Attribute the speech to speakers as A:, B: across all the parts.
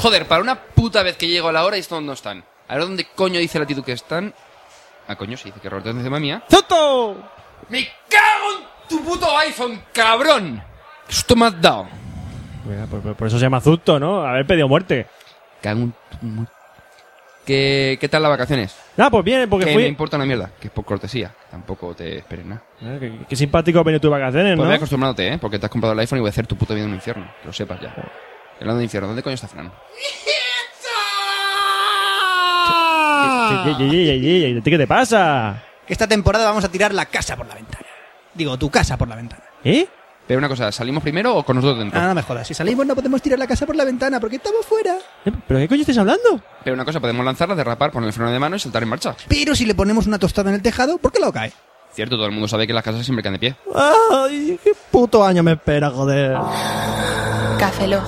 A: Joder, para una puta vez que llego a la hora y esto no están. A ver dónde coño dice la latitud que están. Ah, coño, se dice que Roberto es de mamía.
B: ¡Zoto!
A: ¡Me cago en tu puto iPhone, cabrón! ¡Qué susto me has dado!
B: Mira, por, por- por eso se llama Zuto, ¿no? Haber pedido muerte.
A: Cago en tu mu- ¿Qué, ¿Qué tal las vacaciones?
B: Ah, pues bien, porque
A: Que
B: fui.
A: me importa una mierda, que es por cortesía. Tampoco te esperes nada.
B: Eh, Qué, qué simpático venir tus vacaciones,
A: Pues
B: ¿no?
A: ve acostumbrándote, ¿eh? Porque te has comprado el iPhone y voy a hacer tu puta vida un infierno. Que lo sepas ya.
B: Oh.
A: Hablando de infierno, ¿dónde coño está Fran?
B: Sí, ye- ye- ye- ye- ye- ¿a ti ¿Qué te pasa?
C: Que esta temporada vamos a tirar la casa por la ventana. Digo, tu casa por la ventana.
B: ¿Eh?
A: Pero una cosa, ¿salimos primero o con nosotros dentro?
C: Ah, no me jodas. Si salimos no podemos tirar la casa por la ventana porque estamos fuera.
B: ¿Eh? ¿Pero qué coño estás hablando?
A: Pero una cosa, podemos lanzarla, derrapar, poner el freno de mano y saltar en marcha.
C: Pero si le ponemos una tostada en el tejado, ¿por qué lo cae?
A: Cierto, todo el mundo sabe que las casas siempre quedan de pie.
B: ¡Ay! ¡Qué puto año me espera, joder!
D: Café Lock.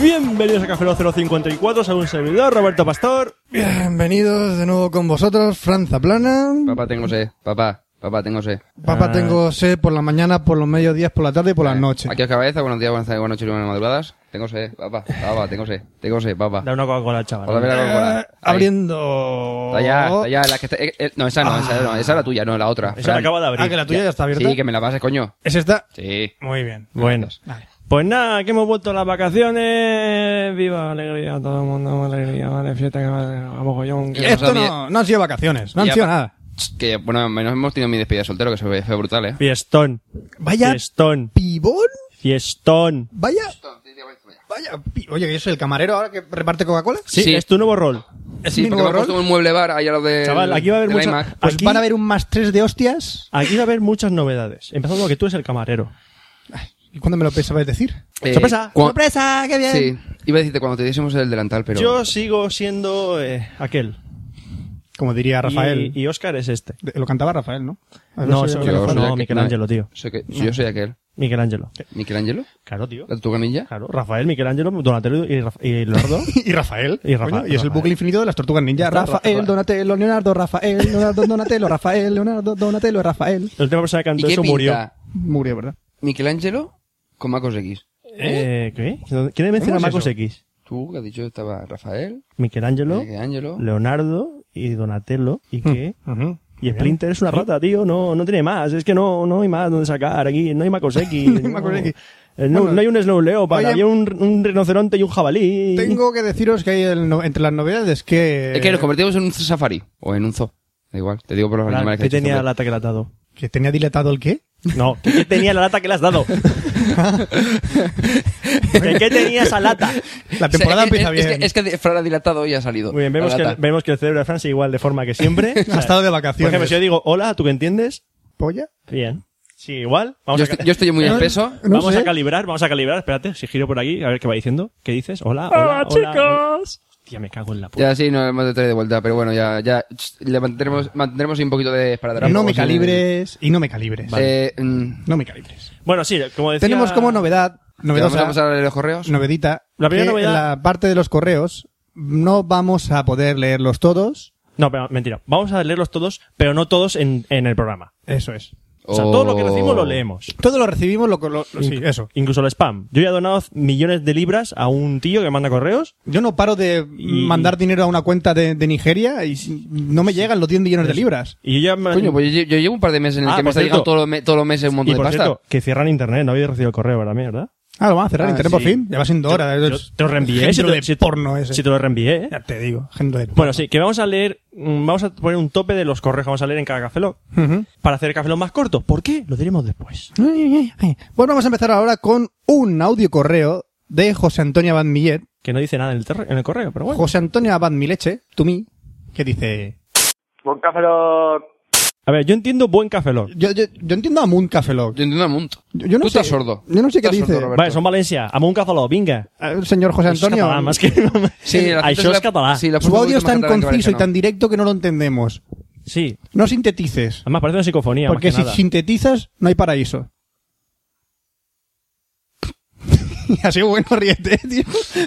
B: Bienvenidos a Café Lock 054, soy un servidor, Roberto Pastor.
E: Bienvenidos de nuevo con vosotros, Franza Plana.
A: Papá, tengo sed. Papá, papá, tengo sed.
E: Papá, tengo sed por la mañana, por los mediodías, por la tarde y por la
A: Eh,
E: noche.
A: Aquí os cabeza, buenos días, buenas tardes, buenas noches y buenas madrugadas. Tengo sed, papá, papá, tengo sed. Tengo sed, papá.
B: Da una Coca-Cola, chaval.
A: Hola, mira, Coca-Cola.
E: Eh,
A: Ahí.
E: Abriendo.
A: Está allá, está allá, la que está- eh, eh, no, esa no, esa no, esa es la tuya, no, la otra.
B: Esa la
A: Fran.
B: acaba de abrir.
E: Ah, que la tuya ya está abierta.
A: Sí, que me la pases, coño.
E: ¿Es esta?
A: Sí.
E: Muy bien.
B: Bueno,
E: Vale.
B: pues nada, que hemos vuelto a las vacaciones. Viva alegría, todo el mundo, alegría, vale, fiesta, que vale, a mogollón. que-
C: Eh.
A: Ya
E: Esto
A: no
E: no, no han sido vacaciones, no han
A: Ya
E: sido
A: pa-
E: nada.
A: Que, bueno, menos hemos tenido mi despedida de soltero, que se fue fue brutal, eh.
B: Fiestón,
E: Vaya
B: fiestón,
E: pibón,
B: fiestón.
E: vaya, vaya. pi- Oye, ¿yo soy el camarero ahora que reparte Coca-Cola?
B: Sí,
A: Sí.
B: es tu nuevo rol.
E: ¿Es
A: Sí,
E: mi
A: porque me
E: nuevo
A: he
E: rol?
A: puesto un mueble bar ahí a lo de.
B: Chaval, aquí va a haber
A: del
B: mucha-
A: iMac.
C: Pues
B: Aquí-
C: van a haber un más tres de hostias.
B: Aquí va a haber muchas novedades. Empezando con que tú eres el camarero.
E: ¿Y cuándo me lo pensabais decir?
A: Eh,
B: sorpresa,
A: cua-
C: ¡Sorpresa! ¡Qué bien!
A: Sí, iba a decirte cuando te diésemos el delantal, pero.
B: Yo sigo siendo eh, aquel.
E: Como diría Rafael.
B: Y, y Oscar es este.
E: De- Lo cantaba Rafael, ¿no? A ver
B: No,
E: si-
B: eso-
A: Yo soy
B: no,
A: aquel-
B: Michelangelo, tío.
A: soy que- Yo soy aquel.
B: Michelangelo.
A: ¿Michelangelo?
B: Claro, tío.
A: ¿La tu canilla?
B: Claro, Rafael, Michelangelo, Donatello y, Raf- y Leonardo.
E: Y Rafael.
B: Y Rafa-
E: Coño, y es el
B: Rafael.
E: bucle infinito de las tortugas ninja.
B: Está
E: Rafael,
B: Rafa-
E: Donatello, Leonardo, Rafael, Leonardo, Donatello, Rafael, Leonardo, Donatello, Rafael.
B: La última persona que
A: ¿Y
B: cantó
A: qué
B: eso
A: pinta
B: murió.
E: Murió, ¿verdad?
A: Michelangelo con Macos X?
B: ¿Eh? ¿Qué? ¿Quién menciona a
E: ¿Cómo es
B: Marcos
E: eso?
B: X?
A: Tú, que has dicho, estaba Rafael, eh,
B: Michelangelo,
A: Michelangelo.
B: Leonardo y Donatello.
E: Mm,
B: ¿Y qué? Y Splinter es una rata, tío. No, no tiene más. Es que no, no hay más donde sacar aquí. No hay Macos X. no.
E: Macos X.
B: Eh, No,
E: Bueno.
B: no hay un Snow Leopard.
E: Oye,
B: Había un, un rinoceronte y un jabalí.
E: Tengo que deciros que hay el no- entre las novedades que...
A: Es que nos convertimos en un safari o en un zoo. Da igual, te digo por los
B: Fran,
A: animales
B: ¿Qué
A: que
B: tenía la
A: la...
B: lata que le has dado?
E: ¿Que tenía dilatado el qué?
B: No, ¿qué tenía la lata que le has dado? ¿De qué tenía esa lata?
E: La temporada empieza bien.
A: Es que, es que Fran ha dilatado y ha salido.
B: Muy bien, vemos
A: La
B: que,
A: lata.
B: vemos que el cerebro de Fran sigue igual de forma que siempre. O sea,
E: Ha estado de
B: Por
E: vacaciones.
B: ejemplo, si yo digo hola, ¿tú qué entiendes?
E: ¿Polla?
B: Bien. Sí, igual. Vamos,
A: Yo,
B: a, ca-
A: estoy, yo estoy muy
E: No,
A: espeso.
E: no
B: vamos
E: sé.
B: a calibrar, vamos a calibrar. Espérate, si giro por aquí, a ver qué va diciendo. ¿Qué dices?
E: Ah,
B: Hola, hola, hola, hola. Tía, me cago en la puta.
A: Ya sí, nos hemos de traer de vuelta, pero bueno, ya, ya ch, le mantendremos, mantendremos ahí un poquito de esparadrapo.
E: No me
B: eh,
A: Sí,
E: calibres y no me calibres.
A: Eh, mm,
E: No me calibres.
B: Bueno, sí, como decía...
E: Tenemos como novedad,
A: ¿Vamos a
E: novedosa,
A: pasar a los correos?
E: novedita,
B: La primera
E: que
B: novedad-
E: la parte de los correos no vamos a poder leerlos todos.
B: No, pero mentira. Vamos a leerlos todos, pero no todos en, en el programa.
E: Eso es.
B: O sea, todo lo que recibimos lo
A: Oh.
B: leemos.
E: Todo lo recibimos, lo, lo- lo- sí, eso.
B: Incluso el spam. Yo ya he donado millones de libras a un tío que manda correos.
E: Yo no paro de
B: Y-
E: mandar dinero a una cuenta de, de Nigeria y si- no me llegan los 10 millones de libras.
B: Y yo ya... me-
A: Coño, pues yo, yo llevo un par de meses en el
B: Ah,
A: que me
B: por
A: está
B: cierto.
A: llegando todos los, me- todos los meses un montón
B: y
A: de
B: por
A: pasta.
B: cierto, que cierran internet. No habéis recibido el correo para mí, ¿verdad?
E: Ah, lo van a cerrar
A: Ah,
E: internet
A: sí.
E: por fin. Ya va siendo hora.
B: Yo-
E: Es-
B: yo te lo reenvié.
E: género
B: Si te lo-
E: de
B: si-
E: porno ese.
B: Si te lo reenvié, ¿eh?
E: Ya te digo, género de
B: Bueno, sí, que vamos a leer, mm, vamos a poner un tope de los correos que vamos a leer en cada Café Lock, para hacer el Café Lock más corto. ¿Por qué? Lo diremos después.
E: Ay, ay, ay. Bueno, vamos a empezar ahora con un audio correo de José Antonio Abad Millet.
B: Que no dice nada en el, terre- en el correo, pero bueno.
E: José Antonio Abad Mileche, to me, que dice...
F: Buen café Lock.
B: A ver, yo entiendo buen cafelón.
E: Yo, yo, yo entiendo a Moon Café Lock.
A: Yo entiendo a Munto.
E: Yo, yo no
A: Tú
E: sé.
A: estás sordo.
E: Yo no sé
A: Tú
E: qué
A: estás
E: dice.
A: sordo, Roberto.
B: Vale, son Valencia. Amo un cafeló, vinga.
E: Eh, Señor José
B: Es
E: Antonio,
B: catalán, más que...
A: Sí, la
B: Això
A: gente
B: és
A: se la-
B: català.
A: sí, la
E: su
A: puso
E: audio
A: un
E: es
A: poquito
E: tan
A: más catalán que
E: conciso y
A: parece,
E: tan directo que no lo entendemos.
B: Sí.
E: No sintetices.
B: Además parece una psicofonía,
E: Porque
B: más que
E: si
B: nada.
E: sintetizas, no hay paraíso. ha sido bueno, ríete, tío.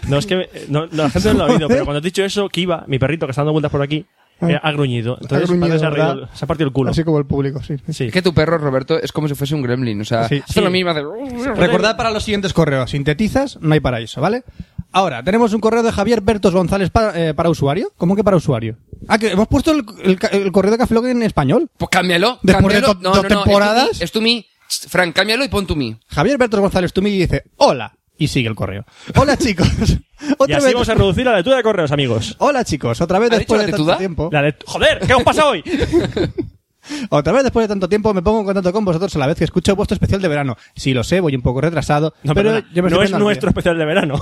B: No, es que eh, no, no, la gente no lo ha oído, pero cuando has dicho eso, Kiva, mi perrito que está dando vueltas por aquí, eh, ha gruñido. Entonces
E: Ah. Ha gruñido,
B: parece que se, ha reído-
E: ¿verdad?
B: se ha partido el culo.
E: Así como el público, sí.
B: Sí.
A: Es que tu perro, Roberto, es como si fuese un gremlin. O sea,
E: Sí,
A: hace
B: sí.
A: lo mismo. hace-
E: Recordad para los siguientes correos. Sintetizas, no hay paraíso, ¿vale? Ahora, tenemos un correo de Javier Bertos González para, eh, para usuario. ¿Cómo que para usuario? Ah, que hemos puesto el, el ca- el correo de Café Lock en español.
A: Pues cámbialo.
E: Después
A: cámbialo.
E: de to- dos
A: es tu mi,
E: temporadas.
A: Es tu mi. Ch, Fran, cámbialo y pon tu mi.
E: Javier Bertos González Tumi dice, hola. Y sigue el correo. Hola, chicos.
B: Y
E: Otra
B: así
E: vez.
B: vamos a reducir la lectura de correos, amigos.
E: Hola, chicos. Otra vez
A: ¿Ha dicho
E: después
A: la
E: de tanto
A: tetuda?
E: tiempo.
B: La lect- ¡Joder! ¿Qué os pasa hoy?
E: Otra vez después de tanto tiempo me pongo en contacto con vosotros a la vez que escucho vuestro especial de verano. Sí, lo sé, voy un poco retrasado,
B: No,
E: pero
B: perdona,
E: yo
B: no
E: me estoy
B: es
E: poniendo al
B: nuestro especial de verano.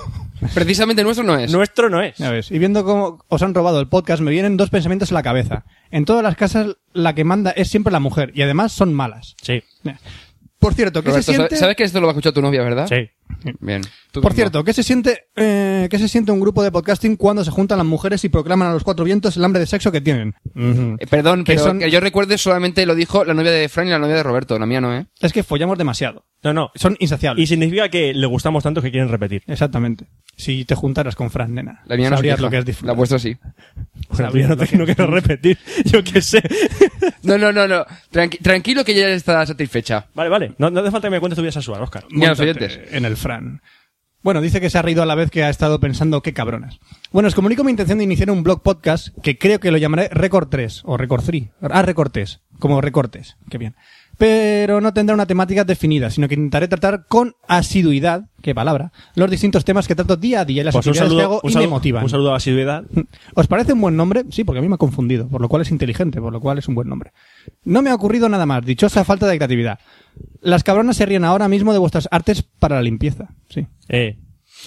A: Precisamente nuestro no es.
B: nuestro no es.
E: día. Ya ves, y viendo cómo os han robado el podcast, me vienen dos pensamientos a la cabeza. En todas las casas, la que manda es siempre la mujer, y además son malas.
B: Sí,
E: Por cierto, ¿qué
A: Roberto,
E: se siente?
A: ¿sabes, sabes que esto lo va a escuchar tu novia, verdad?
B: sí.
A: Bien. Tú
E: Por
A: mismo.
E: cierto, ¿qué se siente, eh, qué se siente un grupo de podcasting cuando se juntan las mujeres y proclaman a los cuatro vientos el hambre de sexo que tienen?
A: Eh, perdón,
E: Que
A: pero
E: son-
A: que yo recuerde solamente lo dijo la novia de Fran y la novia de Roberto, la mía no, ¿eh?
E: Es que follamos demasiado.
B: No, no.
E: Son insaciables.
B: Y significa que le gustamos tanto que quieren repetir.
E: Exactamente. Si te juntaras con Fran, nena,
A: La mía no
E: sabrías
A: se queja.
E: lo que es
A: La
E: disfrutar.
A: vuestra sí.
B: Bueno, yo no, te- no quiero repetir. Yo qué sé.
A: No, no, no, no. Tranqui- tranquilo que ya está satisfecha.
B: Vale, vale. No, no hace falta que me cuentes tu vida sexual, Oscar.
A: Ni a los
E: Móntate
A: oyentes.
E: En el Fran. Bueno, dice que se ha reído a la vez que ha estado pensando qué cabronas. Bueno, os comunico mi intención de iniciar un blog podcast que creo que lo llamaré Record 3 o Record 3. Ah, Recortes, como recortes. Qué bien. Pero no tendrá una temática definida, sino que intentaré tratar con asiduidad, qué palabra, los distintos temas que trato día a día y las
B: Pues un
E: actividades que
B: saludo,
E: hago
B: un,
E: y me
B: saludo,
E: motivan.
B: un saludo a la asiduidad.
E: ¿Os parece un buen nombre? Sí, porque a mí me ha confundido, por lo cual es inteligente, por lo cual es un buen nombre. No me ha ocurrido nada más, dichosa falta de creatividad. Las cabronas se ríen ahora mismo de vuestras artes para la limpieza. Sí.
B: Eh,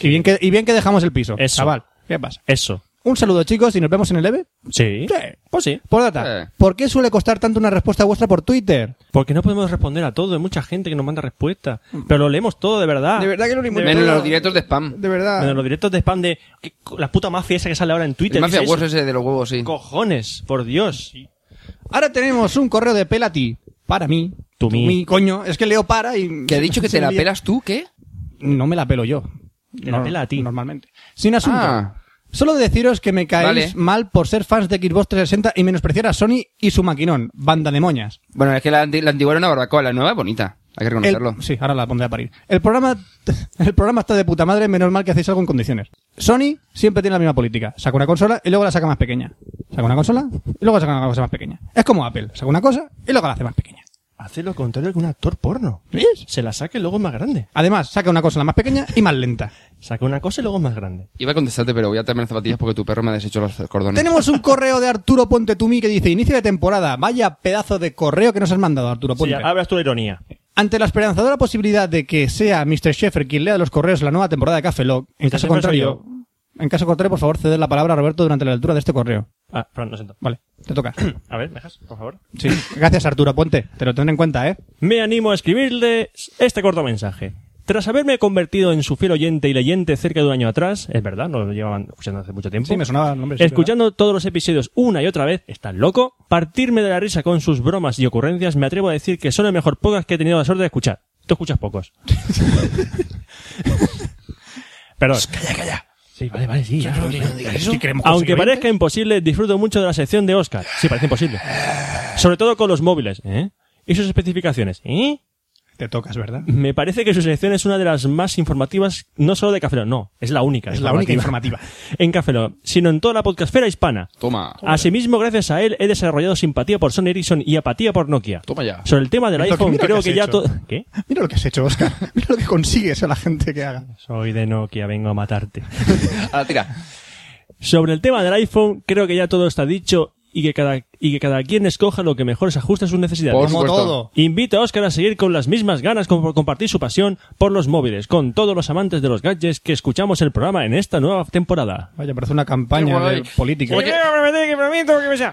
E: Y bien que, y bien que dejamos el piso.
B: Eso.
E: Chaval, ¿qué pasa?
B: eso.
E: Un saludo, chicos, y nos vemos en el EVE.
B: Sí. Pues sí.
E: Por data,
A: Sí.
E: ¿por qué suele costar tanto una respuesta vuestra por Twitter?
B: Porque no podemos responder a todo. Hay mucha gente que nos manda respuestas. Pero lo leemos todo, Mm. de verdad.
E: De verdad que lo leemos
A: Menos
E: todo.
A: los directos de spam.
E: De verdad.
B: Bueno, los directos de spam de ¿qué co- la puta mafia esa que sale ahora en Twitter.
A: El
B: ¿qué
A: Mafia
B: es
A: Wars
B: eso?
A: ese de los huevos, sí.
B: Cojones, por Dios.
E: Ahora tenemos un correo de Pelati. Para mí.
B: Tu mí.
E: coño. Es que leo para y...
A: ¿Que ha dicho que
E: se
A: te la
E: envía.
A: pelas tú? ¿Qué?
E: No me la pelo yo.
B: Te la
E: No,
B: pela a ti.
E: Normalmente. Sin asunto.
A: Ah.
E: Solo deciros que me caéis
A: Vale.
E: mal por ser fans de Xbox 360 y menospreciar a Sony y su maquinón. Banda de moñas.
A: Bueno, es que la, anti- la antigua era una barbacoa, la nueva es bonita. Hay que
E: El-
A: reconocerlo.
E: sí, ahora la pondré a parir. El programa, el programa está de puta madre, menos mal que hacéis algo en condiciones. Sony siempre tiene la misma política. Saca una consola y luego la saca más pequeña. Saca una consola y luego saca una cosa más pequeña. Es como Apple. Saca una cosa y luego la hace más pequeña.
B: Hace lo contrario que un actor porno.
E: ¿Ves?
B: Se la saca y luego es más grande.
E: Además, saca una consola más pequeña y más lenta.
B: Saca una cosa y luego es más grande.
A: Iba a contestarte, pero voy a atarme las zapatillas porque tu perro me ha deshecho los cordones.
E: Tenemos un correo de Arturo Ponte Tumí que dice inicio de temporada. Vaya pedazo de correo que nos has mandado, Arturo
B: Sí,
E: Ponte.
B: hablas tú la ironía.
E: Ante la esperanzadora posibilidad de que sea Mr. Sheffer quien lea los correos la nueva temporada de Café Lock, en
B: Mr.
E: caso
B: Sheffer
E: contrario, en caso contrario, por favor, ceder la palabra a Roberto durante la lectura de este correo.
B: Ah, Fran, lo siento.
E: Vale, te toca.
B: A ver, ¿me dejas, por favor?
E: Sí. Gracias, Arturo Ponte. Te lo tendré en cuenta, ¿eh?
B: Me animo a escribirle este corto mensaje. Tras haberme convertido en su fiel oyente y leyente cerca de un año atrás, es verdad, no lo llevaban escuchando hace mucho tiempo.
E: Sí, me sonaba el nombre, sí,
B: Escuchando todos los episodios una y otra vez, estás loco. Partirme de la risa con sus bromas y ocurrencias, me atrevo a decir que son el mejor podcast que he tenido la suerte de escuchar. Tú escuchas pocos. Perdón. Calla, calla. Sí, vale, vale, sí. ya. Aunque parezca imposible, disfruto mucho de la sección de Oscar. Sí, parece imposible. Sobre todo con los móviles, ¿eh? Y sus especificaciones, ¿eh?
E: Te tocas, ¿verdad?
B: Me parece que su sección es una de las más informativas, no solo de Cafelón, no, es la única.
E: Es la única informativa.
B: en Cafelón, sino en toda la podcastfera hispana.
A: Toma.
B: Asimismo, gracias a él, he desarrollado simpatía por Sony Ericsson y apatía por Nokia.
A: Toma ya.
B: Sobre el tema del
E: Mira lo que-
B: iPhone,
E: mira lo
B: creo
E: que
B: que
E: has
B: ya
E: hecho.
B: todo... ¿Qué?
E: Mira lo que has hecho, Oscar. Mira lo que consigues a la gente que haga.
B: Soy de Nokia, vengo a matarte.
A: A la Ah, tira.
B: Sobre el tema del iPhone, creo que ya todo está dicho y que cada y que cada quien escoja lo que mejor se ajuste a sus necesidades.
A: Por
E: Como
A: supuesto.
E: todo.
B: Invito a Oscar a seguir con las mismas ganas como por compartir su pasión por los móviles con todos los amantes de los gadgets que escuchamos el programa en esta nueva temporada.
E: Vaya, parece una campaña
A: Qué guay.
E: de política.
A: Oye,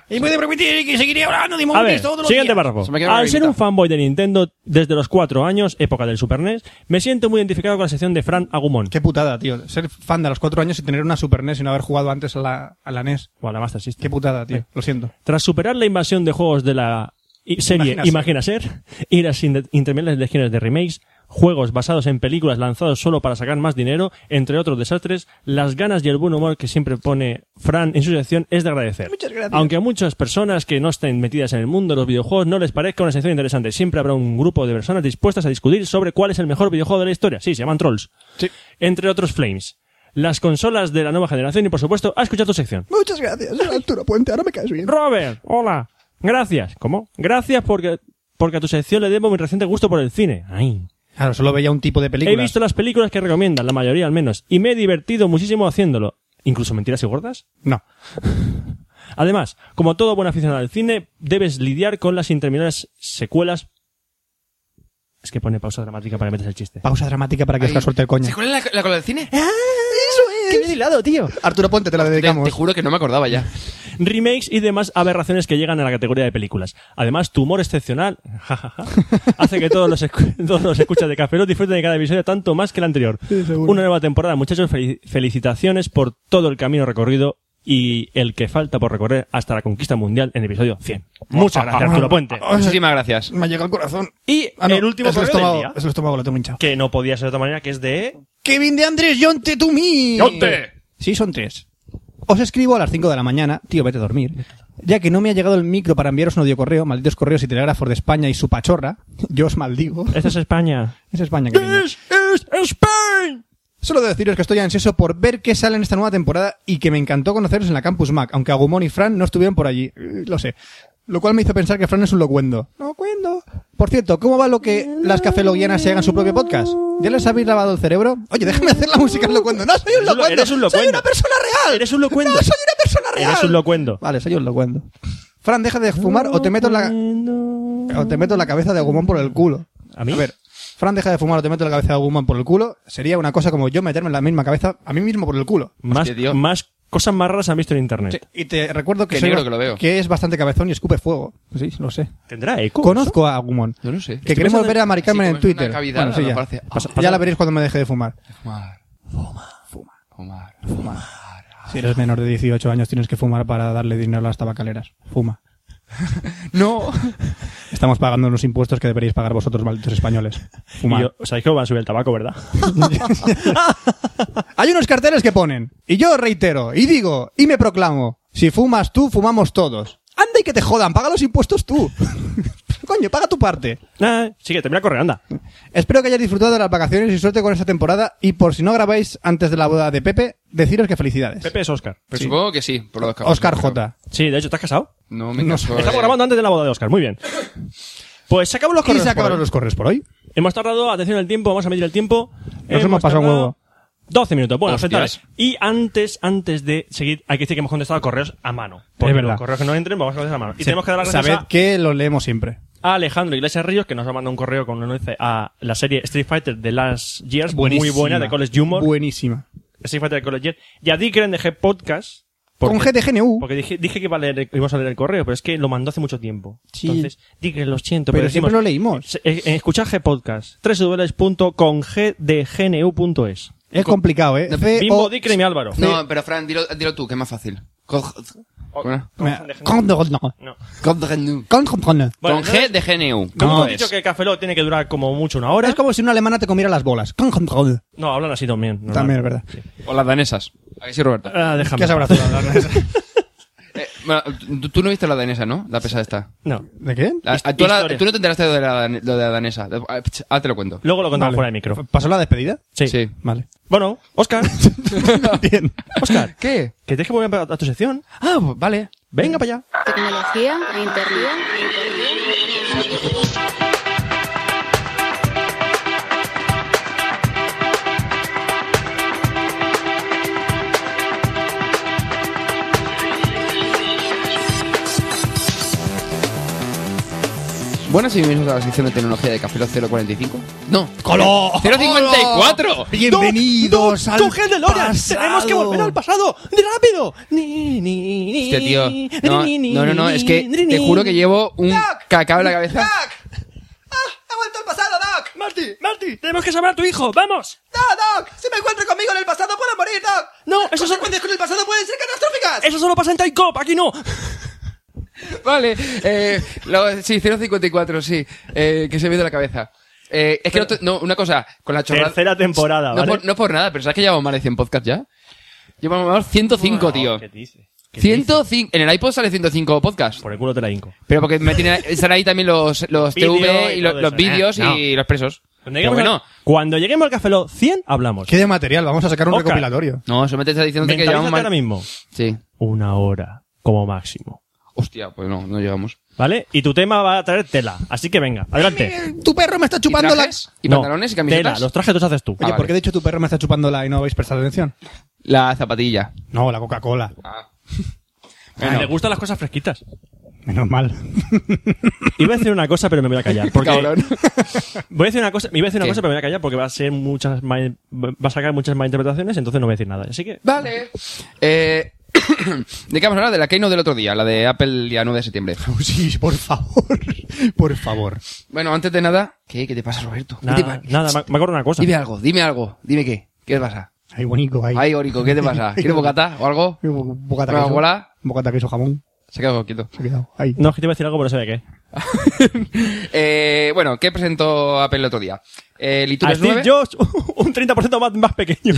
E: Y puede permitir que seguiré hablando de
B: A
E: móviles
B: ver,
E: todos los
B: siguiente
E: días.
B: párrafo.
A: Se me queda una
B: Al ser
A: grimita.
B: un fanboy de Nintendo desde los cuatro años, época del Super NES, me siento muy identificado con la sección de Fran Agumon.
E: Qué putada, tío. Ser fan de los cuatro años y tener una Super NES y no haber jugado antes a la, a la NES.
B: Bueno, la Master System.
E: Qué putada, tío. Lo siento.
B: Tras superar la invasión de juegos de la i- serie
E: Imagina ser.
B: Imagina Ser y las in- interminables legiones de remakes, juegos basados en películas lanzados solo para sacar más dinero, entre otros desastres, las ganas y el buen humor que siempre pone Fran en su sección es de agradecer.
E: Muchas gracias.
B: Aunque a muchas personas que no estén metidas en el mundo de los videojuegos no les parezca una sección interesante, siempre habrá un grupo de personas dispuestas a discutir sobre cuál es el mejor videojuego de la historia. Sí, se llaman trolls.
E: Sí.
B: Entre otros Flames. Las consolas de la nueva generación y, por supuesto, a escuchar tu sección.
E: Muchas gracias, Arturo Puente. Ahora me caes bien.
B: Robert, hola. Gracias. ¿Cómo? Gracias porque, porque a tu sección le debo mi reciente gusto por el cine. Ay.
E: Claro, solo veía un tipo de película.
B: He visto las películas que recomiendan, la mayoría al menos, y me he divertido muchísimo haciéndolo. Incluso mentiras y gordas.
E: No.
B: Además, como todo buen aficionado al cine, debes lidiar con las interminables secuelas. Es que pone pausa dramática para que metas el chiste.
E: Pausa dramática para que Oscar suelte el coño. Eh,
A: ¿Se acuerdan la, la cola del cine?
E: ¡Eso es!
C: hilado, tío!
E: Arturo Puente, te la
A: Te,
E: dedicamos.
A: te juro que no me acordaba ya.
B: remakes y demás aberraciones que llegan a la categoría de películas. Además, tu humor excepcional jajaja, hace que todos los, escu- todos los escuchas de Café Lock disfruten de cada episodio tanto más que el anterior. Una nueva temporada, muchachos, fel- felicitaciones por todo el camino recorrido y el que falta por recorrer hasta la conquista mundial en el episodio 100. Muchas gracias, Arturo
A: ah,
B: Puente.
A: Muchísimas gracias.
E: Me ha llegado el corazón.
B: Y
E: Ah, no,
B: el último
E: es el
B: correo del
E: estómago,
B: día,
E: es el estómago, lo tengo hinchado.
B: que no podía ser de otra manera, que es de...
E: Kevin de Andrés, Yonte to me.
A: ¡Yonte!
E: Sí, son tres. Os escribo a las 5 de la mañana, tío, vete a dormir. Ya que no me ha llegado el micro para enviaros un audio correo, malditos correos y telégrafos de España y su pachorra, yo os maldigo.
B: Esta es España.
E: Es España, cariño.
B: España!
E: Solo de deciros que estoy ansioso por ver qué sale en esta nueva temporada y que me encantó conoceros en la Campus Mac, aunque Agumon y Fran no estuvieron por allí. Eh, Lo sé. Lo cual me hizo pensar que Fran es un locuendo. ¡Locuendo! Por cierto, ¿cómo va lo que las cafeloguianas se hagan su propio podcast? ¿Ya les habéis lavado el cerebro? Oye, déjame hacer la música locuendo. ¡No, soy un
B: Eres un lo- eres un
E: locuendo! ¡Soy
B: locuendo.
E: una persona real!
B: Eres un locuendo.
E: ¡No, soy una persona real!
B: Eres un locuendo.
E: Vale, soy un locuendo. Fran, deja de fumar o te meto en la... O te meto la cabeza de Agumon por el culo.
B: ¿A mí?
E: ver, Fran deja de fumar o te meto la cabeza de Agumon por el culo. Sería una cosa como yo meterme en la misma cabeza a mí mismo por el culo.
B: Más,
A: Hostia, tío.
B: más cosas más raras han visto en internet.
E: Sí, Y te recuerdo que,
A: Qué
E: soy
A: negro
E: ba-
A: que lo veo.
E: que es bastante cabezón y escupe fuego. Sí, lo sé.
B: ¿Tendrá eco?
E: Conozco a Agumon.
A: Yo no sé.
E: Que
A: Estoy
E: queremos
A: pensando
E: ver a Mari
A: así
E: Carmen
A: como
E: en
A: es una
E: Twitter.
A: cavidad,
E: Bueno, sí,
A: me
E: ya.
A: parece- Ah,
B: Pasa-
E: ya
B: pasa-
E: la veréis cuando me deje de fumar.
A: Fumar. Fumar. Fumar.
E: Si eres menor de 18 años tienes que fumar para darle dinero a las tabacaleras. Fuma.
A: No.
E: Estamos pagando unos impuestos que deberíais pagar vosotros, malditos españoles. Fumar.
B: Y yo- sabéis que van a subir el tabaco, ¿verdad?
E: Hay unos carteles que ponen, y yo reitero, y digo, y me proclamo, si fumas tú, fumamos todos. Anda y que te jodan, paga los impuestos tú. Coño, paga tu parte.
B: Ah, sí, que termina corre, anda.
E: Espero que hayáis disfrutado de las vacaciones y suerte con esta temporada, y por si no grabáis antes de la boda de Pepe, deciros que felicidades.
B: Pepe es Oscar.
A: Pero supongo que sí, por lo de Oscar.
E: Oscar
A: Creo.
E: J.
B: Sí, de hecho, ¿estás casado?
A: No me
E: No
A: caso,
E: sé.
A: eh.
B: Estamos grabando antes de la boda de Oscar, muy bien. Pues se acaban los
E: Y
B: correos.
E: se
B: por
E: acabaron
B: hoy.
E: los correos por hoy.
B: Hemos tardado, atención al tiempo, vamos a medir el tiempo.
E: hemos pasado un
B: tardado
E: huevo.
B: 12 minutos, bueno,
A: Hostias.
B: gentales. Y antes, antes de seguir, hay que decir que hemos contestado correos a mano. Porque
E: verdad.
B: los correos que no entren, vamos a contestar a mano. Y
E: Se-
B: tenemos que dar las gracias
E: Sabed
B: a,
E: que lo leemos siempre.
B: a Alejandro Iglesias Ríos, que nos ha mandado un correo con un enlace a la serie Street Fighter de Last Years, muy buena, de College Humor.
E: Buenísima.
B: Street Fighter de College Years. Y a Dickren de G Podcast.
E: Con
B: porque-
E: GTGNU.
B: Porque dije, dije que iba a leer, que íbamos a leer el correo, pero es que lo mandó hace mucho tiempo.
E: Sí.
B: Entonces, dije, lo siento,
E: Pero
B: pero, eh,
E: siempre pues lo leímos.
B: Escucha G-Podcast. www.congdgnu.es.
E: Es complicado, ¿eh? C
B: Bimbo,
E: O-
B: Dicrem y Álvaro.
A: No, pero Fran, dilo, dilo tú, que es más fácil. Con, con,
B: No.
A: con, con,
E: Con-
B: Bueno,
A: G
B: entonces,
A: de GNU.
B: Como
A: No
B: hemos
A: es.
B: dicho que el Café Lock tiene que durar como mucho una hora.
E: Es como si una alemana te comiera las bolas.
B: No, hablan así también. normal.
E: También es verdad.
A: O las danesas. ¿A que sí, Roberto?
B: Ah, déjame.
E: ¿Qué sabrás tú de hablar de eso?
A: Eh, bueno, tú, tú no viste la danesa, ¿no? La pesada esta.
B: No.
E: ¿De qué?
A: La-
B: Hist-
A: tú, la-
B: historia.
A: tú no te enteraste de la, lo de la danesa. Ah, pch, Ahora te lo cuento.
B: Luego lo contamos
E: Vale.
B: fuera de micro.
E: ¿Pasó la despedida?
B: Sí.
A: Sí.
E: Vale.
B: Bueno, Oscar.
E: Bien.
B: Oscar.
A: ¿Qué?
B: Que tienes que volver a a tu sección.
A: Ah, vale.
B: Venga para allá.
D: Tecnología, internet,
A: Buenas y bienvenidos a la sección de tecnología de Café Lock 045. No,
E: ¡Colo!
A: 054.
E: Bienvenidos
B: ¡No!
E: al
B: ¡Coge de Loran!
E: pasado.
B: ¡Tenemos que volver al pasado! ¡Rápido! Ni, ni, ni,
A: Este tío. No,
B: ni, ni,
A: no, no, no, es que
B: ni,
A: te
B: ni.
A: juro que llevo un cacao en la cabeza.
C: ¡Doc! ¡Ah! ¡Ha vuelto el pasado, Doc!
B: ¡Marty! ¡Marty! ¡Tenemos que salvar a tu hijo! ¡Vamos!
C: ¡No, Doc! Si me encuentro conmigo en el pasado, puedo morir, Doc.
B: No,
C: Las
B: eso es-
C: consecuencias con el pasado pueden ser catastróficas.
B: ¡Eso solo pasa en Taikop! ¡Aquí no!
A: Vale, eh, lo- sí, 054, sí, eh, que se me ha ido la cabeza. Eh, es que no, te- no, una cosa, con la chorrada...
B: Tercera temporada,
A: no,
B: ¿vale?
A: por, no por nada, pero ¿sabes que llevamos más de 100 podcasts ya? Llevamos 105, tío.
B: ¿Qué dice? ¿Qué dice?
A: 105, en el iPod sale 105 podcasts.
B: Por el culo te la inco.
A: Pero porque me tiene, están ahí también los, los
B: Vídeo
A: TV
B: y
A: y lo-
B: todo
A: los
B: eso,
A: vídeos
B: ¿eh? No.
A: y los presos.
B: Cuando
A: Pero
B: lleguemos,
A: bueno,
B: al, cuando lleguemos al Café Lock 100, hablamos.
E: ¿Qué de material? Vamos a sacar un
B: Oscar.
E: recopilatorio.
A: no, solamente está diciendo que
B: Mentalízate
A: llevamos más...
B: ahora mismo.
A: Sí.
B: Una hora, como máximo.
A: Hostia, pues no, no llegamos.
B: ¿Vale? Y tu tema va a traer tela. Así que venga, adelante.
E: Tu perro me está
A: ¿Y
E: chupando la...
A: trajes? ¿Y
B: No,
A: pantalones y camisetas?
B: Tela, los trajes los haces tú.
E: Oye,
A: Ah,
E: ¿por
A: vale.
E: qué de hecho tu perro me está chupando la y no habéis prestado atención?
A: La zapatilla.
E: No, la Coca-Cola.
B: Le gustan las cosas fresquitas.
E: Menos mal.
B: Iba a decir una cosa, pero me voy a callar. Porque
A: Cabrón.
B: Voy a decir una cosa, iba a decir una
A: ¿Qué?
B: cosa, pero me voy a callar porque va a ser muchas mal- va a sacar muchas malas interpretaciones, entonces no voy a decir nada. Así que
A: Vale. Eh, ¿De qué vamos a hablar? De la Keynote del otro día, la de Apple ya 9 de septiembre.
E: Pues sí, por favor. Por favor.
A: Bueno, antes de nada... ¿Qué? ¿Qué te pasa, Roberto? ¿Qué te
B: nada,
A: pa-
B: nada, me- me acuerdo una cosa.
A: Dime algo, dime algo. Dime qué. ¿Qué te pasa?
E: Ay, bonito, ay.
A: Ay, Orico, ¿qué te pasa? ¿Quieres bocata o algo?
E: Bu- Bocata
A: Una
E: queso.
A: bola.
E: Bocata queso jamón.
A: Se ha quedado quieto.
E: Se ha quedado. Ay.
B: No, es que te iba a decir algo, pero no sabía qué.
A: Eh, bueno, ¿qué presentó Apple el otro día? El
B: A
A: iTunes 9...
B: Steve Jobs, un 30% más, más pequeño.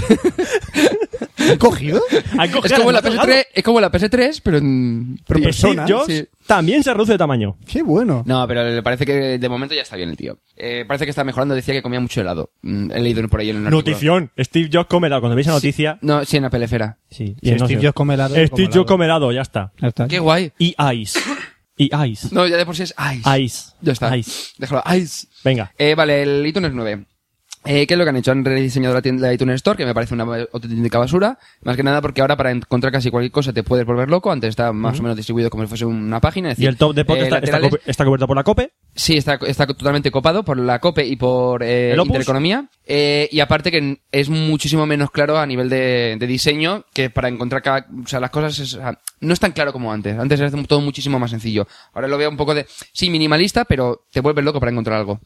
E: ¿Han cogido?
B: Al coger
A: Es como,
B: al
A: la
B: otro
A: PS3, es como la PS3, pero en...
E: Pero
B: lado,
E: persona.
B: Steve Jobs
A: sí.
B: también se reduce de tamaño.
E: Qué bueno.
A: No, pero le parece que de momento ya está bien el tío. Eh, parece que está mejorando. Decía que comía mucho helado. Mm, he leído por ahí en un artículo.
B: Notición. Steve Jobs come helado. Cuando veis la noticia.
A: No, sí, en la pelefera.
B: Sí.
E: Si
B: y no
E: Steve
B: sé.
E: Jobs come helado, yo como
B: Steve Jobs
E: helado.
B: come helado, ya está.
E: Ya está.
A: Qué guay.
B: Y ice. Y ice.
A: No, ya de por sí es Ice.
B: Ice.
A: Ya está.
B: Ice.
A: Déjalo. Ice.
B: Venga.
A: Eh, vale, el iTunes 9. Eh, ¿Qué es lo que han hecho? Han rediseñado la tienda de iTunes Store, que me parece una auténtica basura. Más que nada porque ahora para encontrar casi cualquier cosa te puedes volver loco. Antes estaba más o menos distribuido como si fuese una página. es
B: Y
A: decir,
B: el top de podcast
A: eh,
B: está, está
A: laterales-
B: cubi- está cubierto por la cope.
A: Sí, está, está totalmente copado por la COPE y por eh,
B: ¿El Opus?
A: Intereconomía. Eh, y aparte que es muchísimo menos claro a nivel de, de diseño que para encontrar cada, o sea, las cosas es- o sea, no es tan claro como antes. Antes era todo muchísimo más sencillo. Ahora lo veo un poco de, sí, minimalista, pero te vuelves loco para encontrar algo.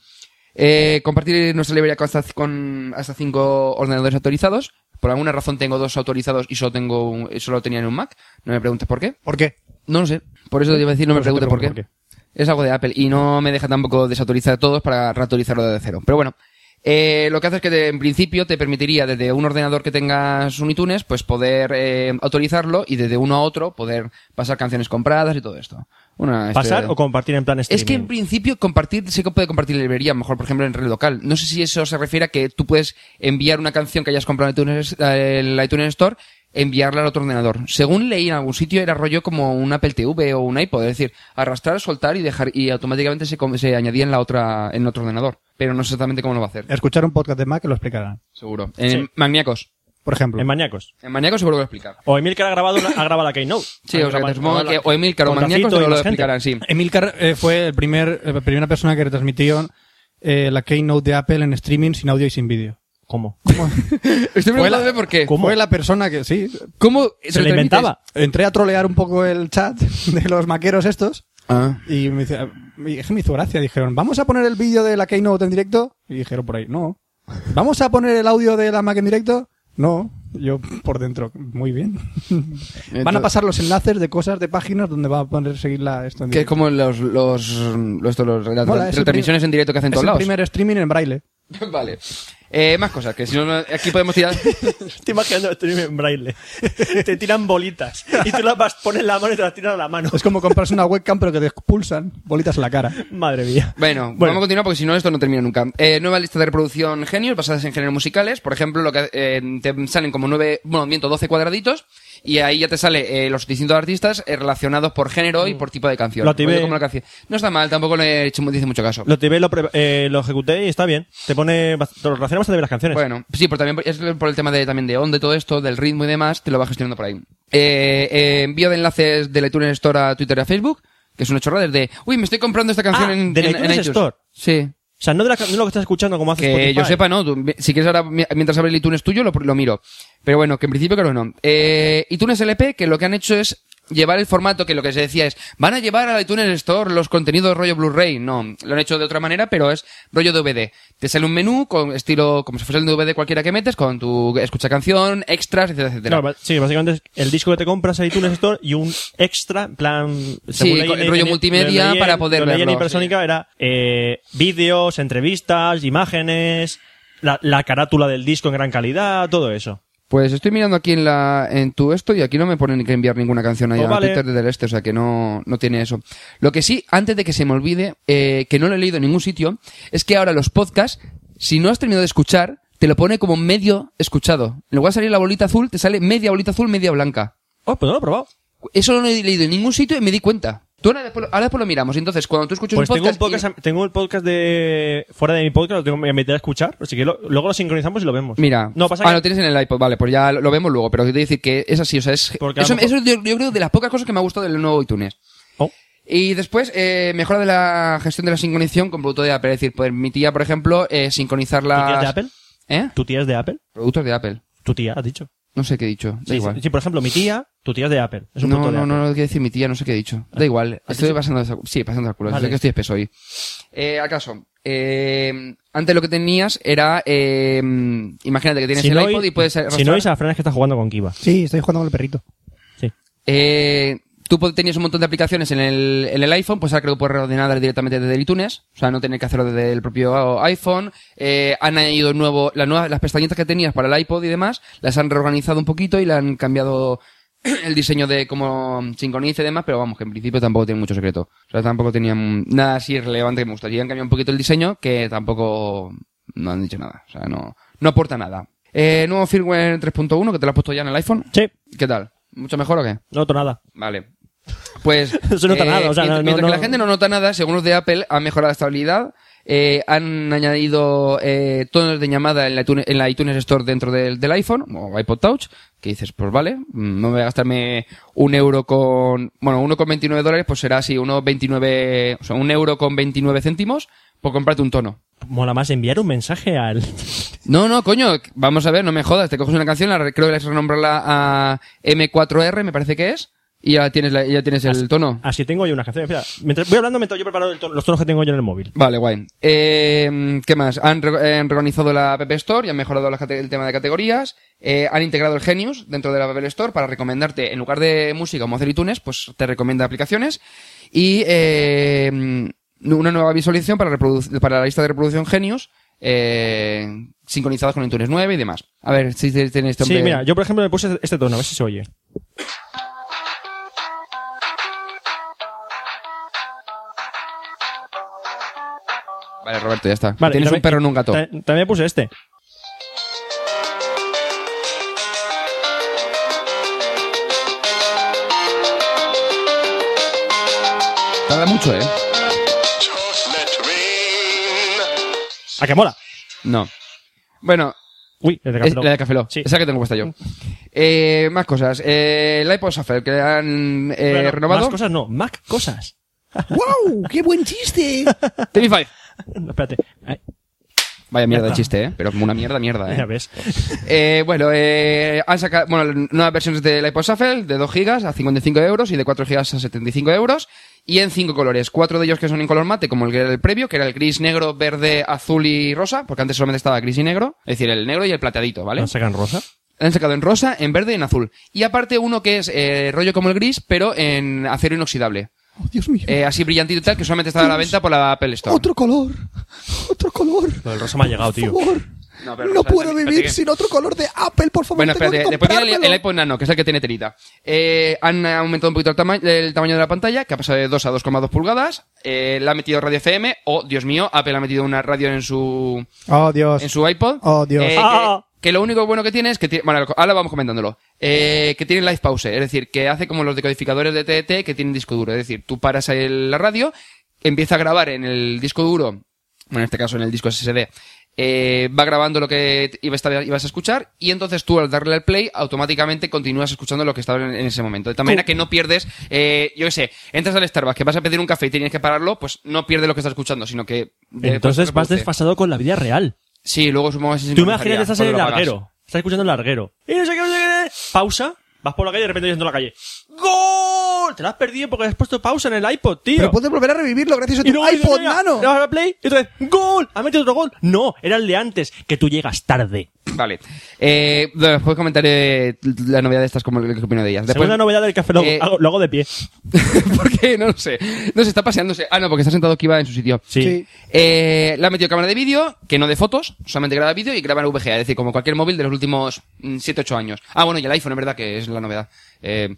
A: Eh, compartir nuestra librería con hasta, con hasta cinco ordenadores autorizados. Por alguna razón tengo dos autorizados y solo tengo un- solo tenía en un Mac. No me preguntes por qué.
E: ¿Por qué?
A: No lo sé. Por eso te iba a decir, no me
E: Por eso te
A: preguntes por qué.
E: pregunto
A: Es algo de Apple y no me deja tampoco desautorizar a todos para reautorizarlo desde cero. Pero bueno, eh, lo que hace es que te- en principio te permitiría desde un ordenador que tengas un iTunes, pues poder eh, autorizarlo y desde uno a otro poder pasar canciones compradas y todo esto. Una
B: Pasar
A: historia-
B: o compartir en plan
A: es que en
B: streaming.
A: principio compartir se puede compartir librería, mejor por ejemplo en red local. No sé si eso se refiere a que tú puedes enviar una canción que hayas comprado en iTunes, eh, en la iTunes Store, enviarla al otro ordenador. Según leí en algún sitio era rollo como un Apple TV o un iPod, es decir, arrastrar, soltar y dejar y automáticamente se, com- se añadía en la otra en otro ordenador. Pero no sé exactamente cómo lo va a hacer.
E: Escuchar un podcast de Mac que lo explicarán.
A: Seguro. En Magníacos.
E: Por ejemplo.
B: En maníacos.
A: En Magníacos seguro que lo explica.
B: O Emilcar ha grabado una- ha grabado la Keynote.
A: Sí, o sea, que supongo que o Emilcar o Magníacos
B: Maníacos
A: seguro lo explicarán, sí.
E: Emilcar eh, fue el primer, eh, la primera persona que retransmitió eh, la keynote de Apple en streaming sin audio y sin vídeo.
B: ¿Cómo?
A: Estoy
E: Fue la-
A: preguntándome por qué.
B: ¿Cómo?
E: Fue la persona que, sí,
A: ¿Cómo
B: Se la inventaba.
E: entré a trolear un poco el chat de los maqueros estos
A: Ah.
E: y me, dice- y es que me hizo gracia. Dijeron, ¿vamos a poner el vídeo de la keynote en directo? Y dijeron por ahí, no. ¿Vamos a poner el audio de la Mac en directo? No. Yo por dentro, muy bien. Van a pasar los enlaces de cosas, de páginas donde va a poner seguirla esto en
A: Que es
E: directo.
A: como los, los, los, estos, los las
E: Mola, es el
A: retransmisiones
E: primer-
A: en directo que hacen
E: es
A: todos
E: el
A: lados.
E: primer streaming en braille.
A: vale. Eh, más cosas, que si no, no- aquí podemos tirar.
B: Estoy imaginando el streaming en braille. te tiran bolitas. Y tú las vas, pones la mano y te las tiran a la mano.
E: Es como comprarse una webcam pero que te expulsan bolitas en la cara.
B: Madre mía.
A: Bueno, vamos a continuar porque si no, esto no termina nunca. Eh, nueva lista de reproducción genios basadas en géneros musicales. Por ejemplo, lo que eh, te salen como nueve, bueno, miento, 12 cuadraditos. Y ahí ya te sale eh, los distintos artistas eh, relacionados por género
E: Mm.
A: y por tipo de canción.
B: Lo activé.
A: Rollo como la canción. No está mal, tampoco le he hecho, dice mucho caso.
B: Lo activé, lo, pre- eh, lo ejecuté y está bien. Te pone. bast- Te lo relaciona bastante bien las canciones.
A: Bueno, sí, pero también es por el tema de, también de onda y todo esto, del ritmo y demás, te lo va gestionando por ahí. Eh, eh, envío de enlaces de la iTunes Store a Twitter y a Facebook. Que es una chorrada desde, uy, me estoy comprando esta canción
B: Ah,
A: en,
B: del
A: en- en
B: iTunes
A: iTunes.
B: Store.
A: Sí.
B: O sea, no de, la- no de lo que estás escuchando como hace
A: Que
B: Spotify.
A: yo sepa, no. Tú, si quieres ahora, mi- mientras abre el iTunes tuyo, lo, lo miro. Pero bueno, que en principio creo que no. Eh, iTunes LP, que lo que han hecho es llevar el formato que lo que se decía es, van a llevar al iTunes Store los contenidos rollo Blu-ray. No, lo han hecho de otra manera, pero es rollo DVD. Te sale un menú con estilo, como si fuese el DVD cualquiera que metes, con tu escucha canción, extras, etcétera, etcétera.
B: Claro, ba- sí, básicamente es el disco que te compras en iTunes Store y un extra, en plan... según leí-
A: con-
B: leí-
A: rollo
B: leí-
A: multimedia
B: lo leí en-
A: para poder
B: lo leí en
A: verlo,
B: Hipersónica era eh, vídeos, entrevistas, imágenes, la, la carátula del disco en gran calidad, todo eso.
A: Pues estoy mirando aquí en la en tu esto y aquí no me ponen que enviar ninguna canción ahí
B: Pues
A: a
B: vale.
A: Twitter desde el este, o sea que no, no tiene eso. Lo que sí, antes de que se me olvide, eh, que no lo he leído en ningún sitio, es que ahora los podcasts, si no has terminado de escuchar, te lo pone como medio escuchado. Luego va a salir la bolita azul, te sale media bolita azul, media blanca.
B: Oh, pues no lo he probado.
A: Eso no lo he leído en ningún sitio y me di cuenta. Tú ahora después, ahora después lo miramos. Entonces, cuando tú escuchas
B: Pues
A: un
B: tengo,
A: podcast...
B: un podcast, tengo el podcast de... Fuera de mi podcast, lo tengo, me meteré a escuchar, así que lo- luego lo sincronizamos y lo vemos.
A: Mira,
B: No, pasa
A: ah,
B: que-
A: lo tienes en el iPod, vale, pues ya lo lo vemos luego, pero quiero decir que es así, o sea, es...
B: Porque a
A: Eso,
B: lo mejor-
A: eso yo, yo creo de las pocas cosas que me ha gustado del nuevo iTunes.
B: Oh.
A: Y después, eh, mejora de la gestión de la sincronización con producto de Apple. Es decir, permitía, por ejemplo, eh, sincronizar
B: ¿Tu
A: las...
B: tía es de Apple?
A: ¿Eh?
B: ¿Tu tía es de Apple?
A: Productos de Apple.
B: ¿Tu tía, has dicho?
A: No sé qué he dicho. Da
B: Sí,
A: igual.
B: sí, por ejemplo, mi tía, tu tía es de Apple. Es un
A: no,
B: producto de
A: no,
B: Apple. Ah,
A: no, no, quiero decir mi tía, no sé qué he dicho. Da igual. Estoy pasando, de sac- sí, pasando al culo.
B: Vale.
A: Sé que estoy espeso hoy. Eh, acaso, eh, antes lo que tenías era, eh, imagínate que tienes
B: Si
A: el
B: no
A: iPod
B: oí-
A: y puedes
B: Si no
A: arrastrar-
B: oís a Fran es que está jugando con Kiva.
E: Sí, estoy jugando con el perrito.
B: Sí.
A: Eh, tú pod- tenías un montón de aplicaciones en el, en el iPhone, pues ahora creo que puedes ordenarlas directamente desde el iTunes, o sea, no tener que hacerlo desde el propio oh, iPhone. Eh, han añadido nuevo, las nuevas, las pestañitas que tenías para el iPod y demás, las han reorganizado un poquito y le han cambiado el diseño de cómo sincroniza y demás, pero vamos, que en principio tampoco tiene mucho secreto. O sea, tampoco tenían nada así relevante que me gustaría. Han cambiado un poquito el diseño, que tampoco no han dicho nada. O sea, no, no aporta nada. Eh, nuevo firmware 3.1 que te lo has puesto ya en el iPhone.
B: Sí,
A: ¿Qué tal? ¿Mucho mejor o qué?
B: no noto nada.
A: Vale. Pues.
B: Eso no está nada, o sea,
A: mient-
B: no- no-
A: mientras, que
B: no-
A: la gente no nota nada, según los de Apple, han mejorado la estabilidad. eh, han añadido eh, tonos de llamada en la, iTunes, en la iTunes Store dentro del, del iPhone o iPod Touch, que dices, pues vale, mm, no me voy a gastarme un euro con, bueno, uno con 29 dólares, pues será así, uno 29, o sea, un euro con 29 céntimos por comprarte un tono.
B: Mola más enviar un mensaje al.
A: No, no, coño, vamos a ver, no me jodas. Te coges una canción, la, re- creo que la has renombrarla a M4R, me parece que es, y ya tienes, la- ya tienes el tono.
B: Así tengo yo una canción. Espera, mientras voy hablando, mientras yo preparo el tono- los tonos que tengo yo en el móvil.
A: Vale, guay. Eh, ¿Qué más? Han, re- han reorganizado la App Store y han mejorado las cate- el tema de categorías. Eh, han integrado el Genius dentro de la App Store para recomendarte, en lugar de música como hacer iTunes, pues te recomienda aplicaciones. Y eh, una nueva visualización para, reproduc- para la lista de reproducción Genius, eh, sincronizadas con iTunes 9 y demás. A ver si te- tienes este
B: Sí,
A: hombre-
B: mira, yo por ejemplo me puse este tono, a ver si se oye.
A: Vale, Roberto, ya está.
B: Vale,
A: tienes
B: también-
A: un perro en un gato.
B: ta- También puse este.
A: Tarda mucho, ¿eh?
B: ¿A que mola?
A: No. Bueno,
B: Uy, desde
A: Es la de Café Lock.
B: Sí.
A: Esa que tengo puesta yo. Eh, más cosas. Eh, el iPod Shuffle que han eh,
B: Bueno,
A: renovado.
B: Más cosas no, Mac cosas.
E: ¡Wow! ¡Qué buen chiste!
A: Temi Five.
B: No, Espérate. Ay,
A: Vaya mierda de
B: está.
A: chiste, ¿eh? Pero como una mierda, mierda,
B: Ya
A: ¿eh?
B: ves.
A: Eh, bueno, eh, han sacado bueno, nuevas versiones del iPod Shuffle de 2 gigas a 55 euros y de 4 gigas a 75 euros. Y en cinco colores. Cuatro de ellos que son en color mate, como el que era el previo, que era el gris, negro, verde, azul y rosa, porque antes solamente estaba gris y negro. Es decir, el negro y el plateadito, ¿vale?
B: ¿No sacan rosa?
A: Han sacado en rosa, en verde y en azul. Y aparte uno que es eh, rollo como el gris, pero en acero inoxidable.
E: Oh, Dios mío.
A: Eh, así brillantito y tal, que solamente estaba a la venta por la Apple Store.
E: Otro color. Otro color.
B: Lo del rosa me ha llegado,
E: Por
B: tío.
E: favor.
A: No,
E: No,
A: pero Rosa,
E: puedo
A: también,
E: vivir
A: espérate que-
E: sin otro color de Apple, por favor.
A: Bueno,
E: tengo
A: espérate,
E: que
A: después viene el, el
E: comprármelo.
A: iPod Nano, que es el que tiene terita. Eh, han aumentado un poquito el, tama- el tamaño de la pantalla, que ha pasado de 2 a 2,2 pulgadas. Eh, le ha metido radio FM, o, Dios mío, Apple ha metido una radio en su,
E: Oh, Dios.
A: en su iPod.
E: Oh, Dios.
A: Eh, que-
B: Ah.
A: que, lo único bueno que tiene es que tiene, bueno, ahora vamos comentándolo. Eh, que tiene live pause, es decir, que hace como los decodificadores de TDT que tienen disco duro, es decir, tú paras el- la radio, empieza a grabar en el disco duro en este caso en el disco SSD, eh, va grabando lo que iba a estar- ibas a escuchar y entonces tú al darle al play automáticamente continúas escuchando lo que estaba en, en ese momento. De tal manera que no pierdes, eh, yo qué sé, entras al Starbucks que vas a pedir un café y tienes que pararlo, pues no pierdes lo que estás escuchando, sino que... después
B: Entonces vas
A: reproduce.
B: desfasado con la vida real.
A: Sí, luego supongo que se
B: Tú
A: sincronizaría
B: imaginas que estás en el
A: cuando lo apagas.
B: larguero. Estás escuchando el larguero. Y no sé qué, no sé qué. Pausa. Vas por la calle y de repente yendo a la calle. ¡Gol! Te la has perdido porque has puesto pausa en el iPod, tío.
E: Pero puedes volver a revivirlo gracias a tu
B: luego dices,
E: iPod
B: "Venga,
E: Nano.
B: Le vas a dar play y otra vez. ¡Gol! Ha metido otro gol. No, era el de antes. Que tú llegas tarde.
A: Vale. Eh, después comentaré la novedad de estas, como lo que opino de ellas. Después,
B: Segunda novedad del café, lo,
A: Eh,
B: hago, lo hago de pie.
A: ¿Por qué? No lo sé. No se está paseándose. Ah, no, porque está sentado aquí, va en su sitio.
B: Sí.
E: Sí.
A: Eh, le ha metido cámara de vídeo, que no de fotos, solamente graba vídeo y graba en VGA, es decir, como cualquier móvil de los últimos 7-8 años. Ah, bueno, y el iPhone, es verdad que es la novedad. Eh,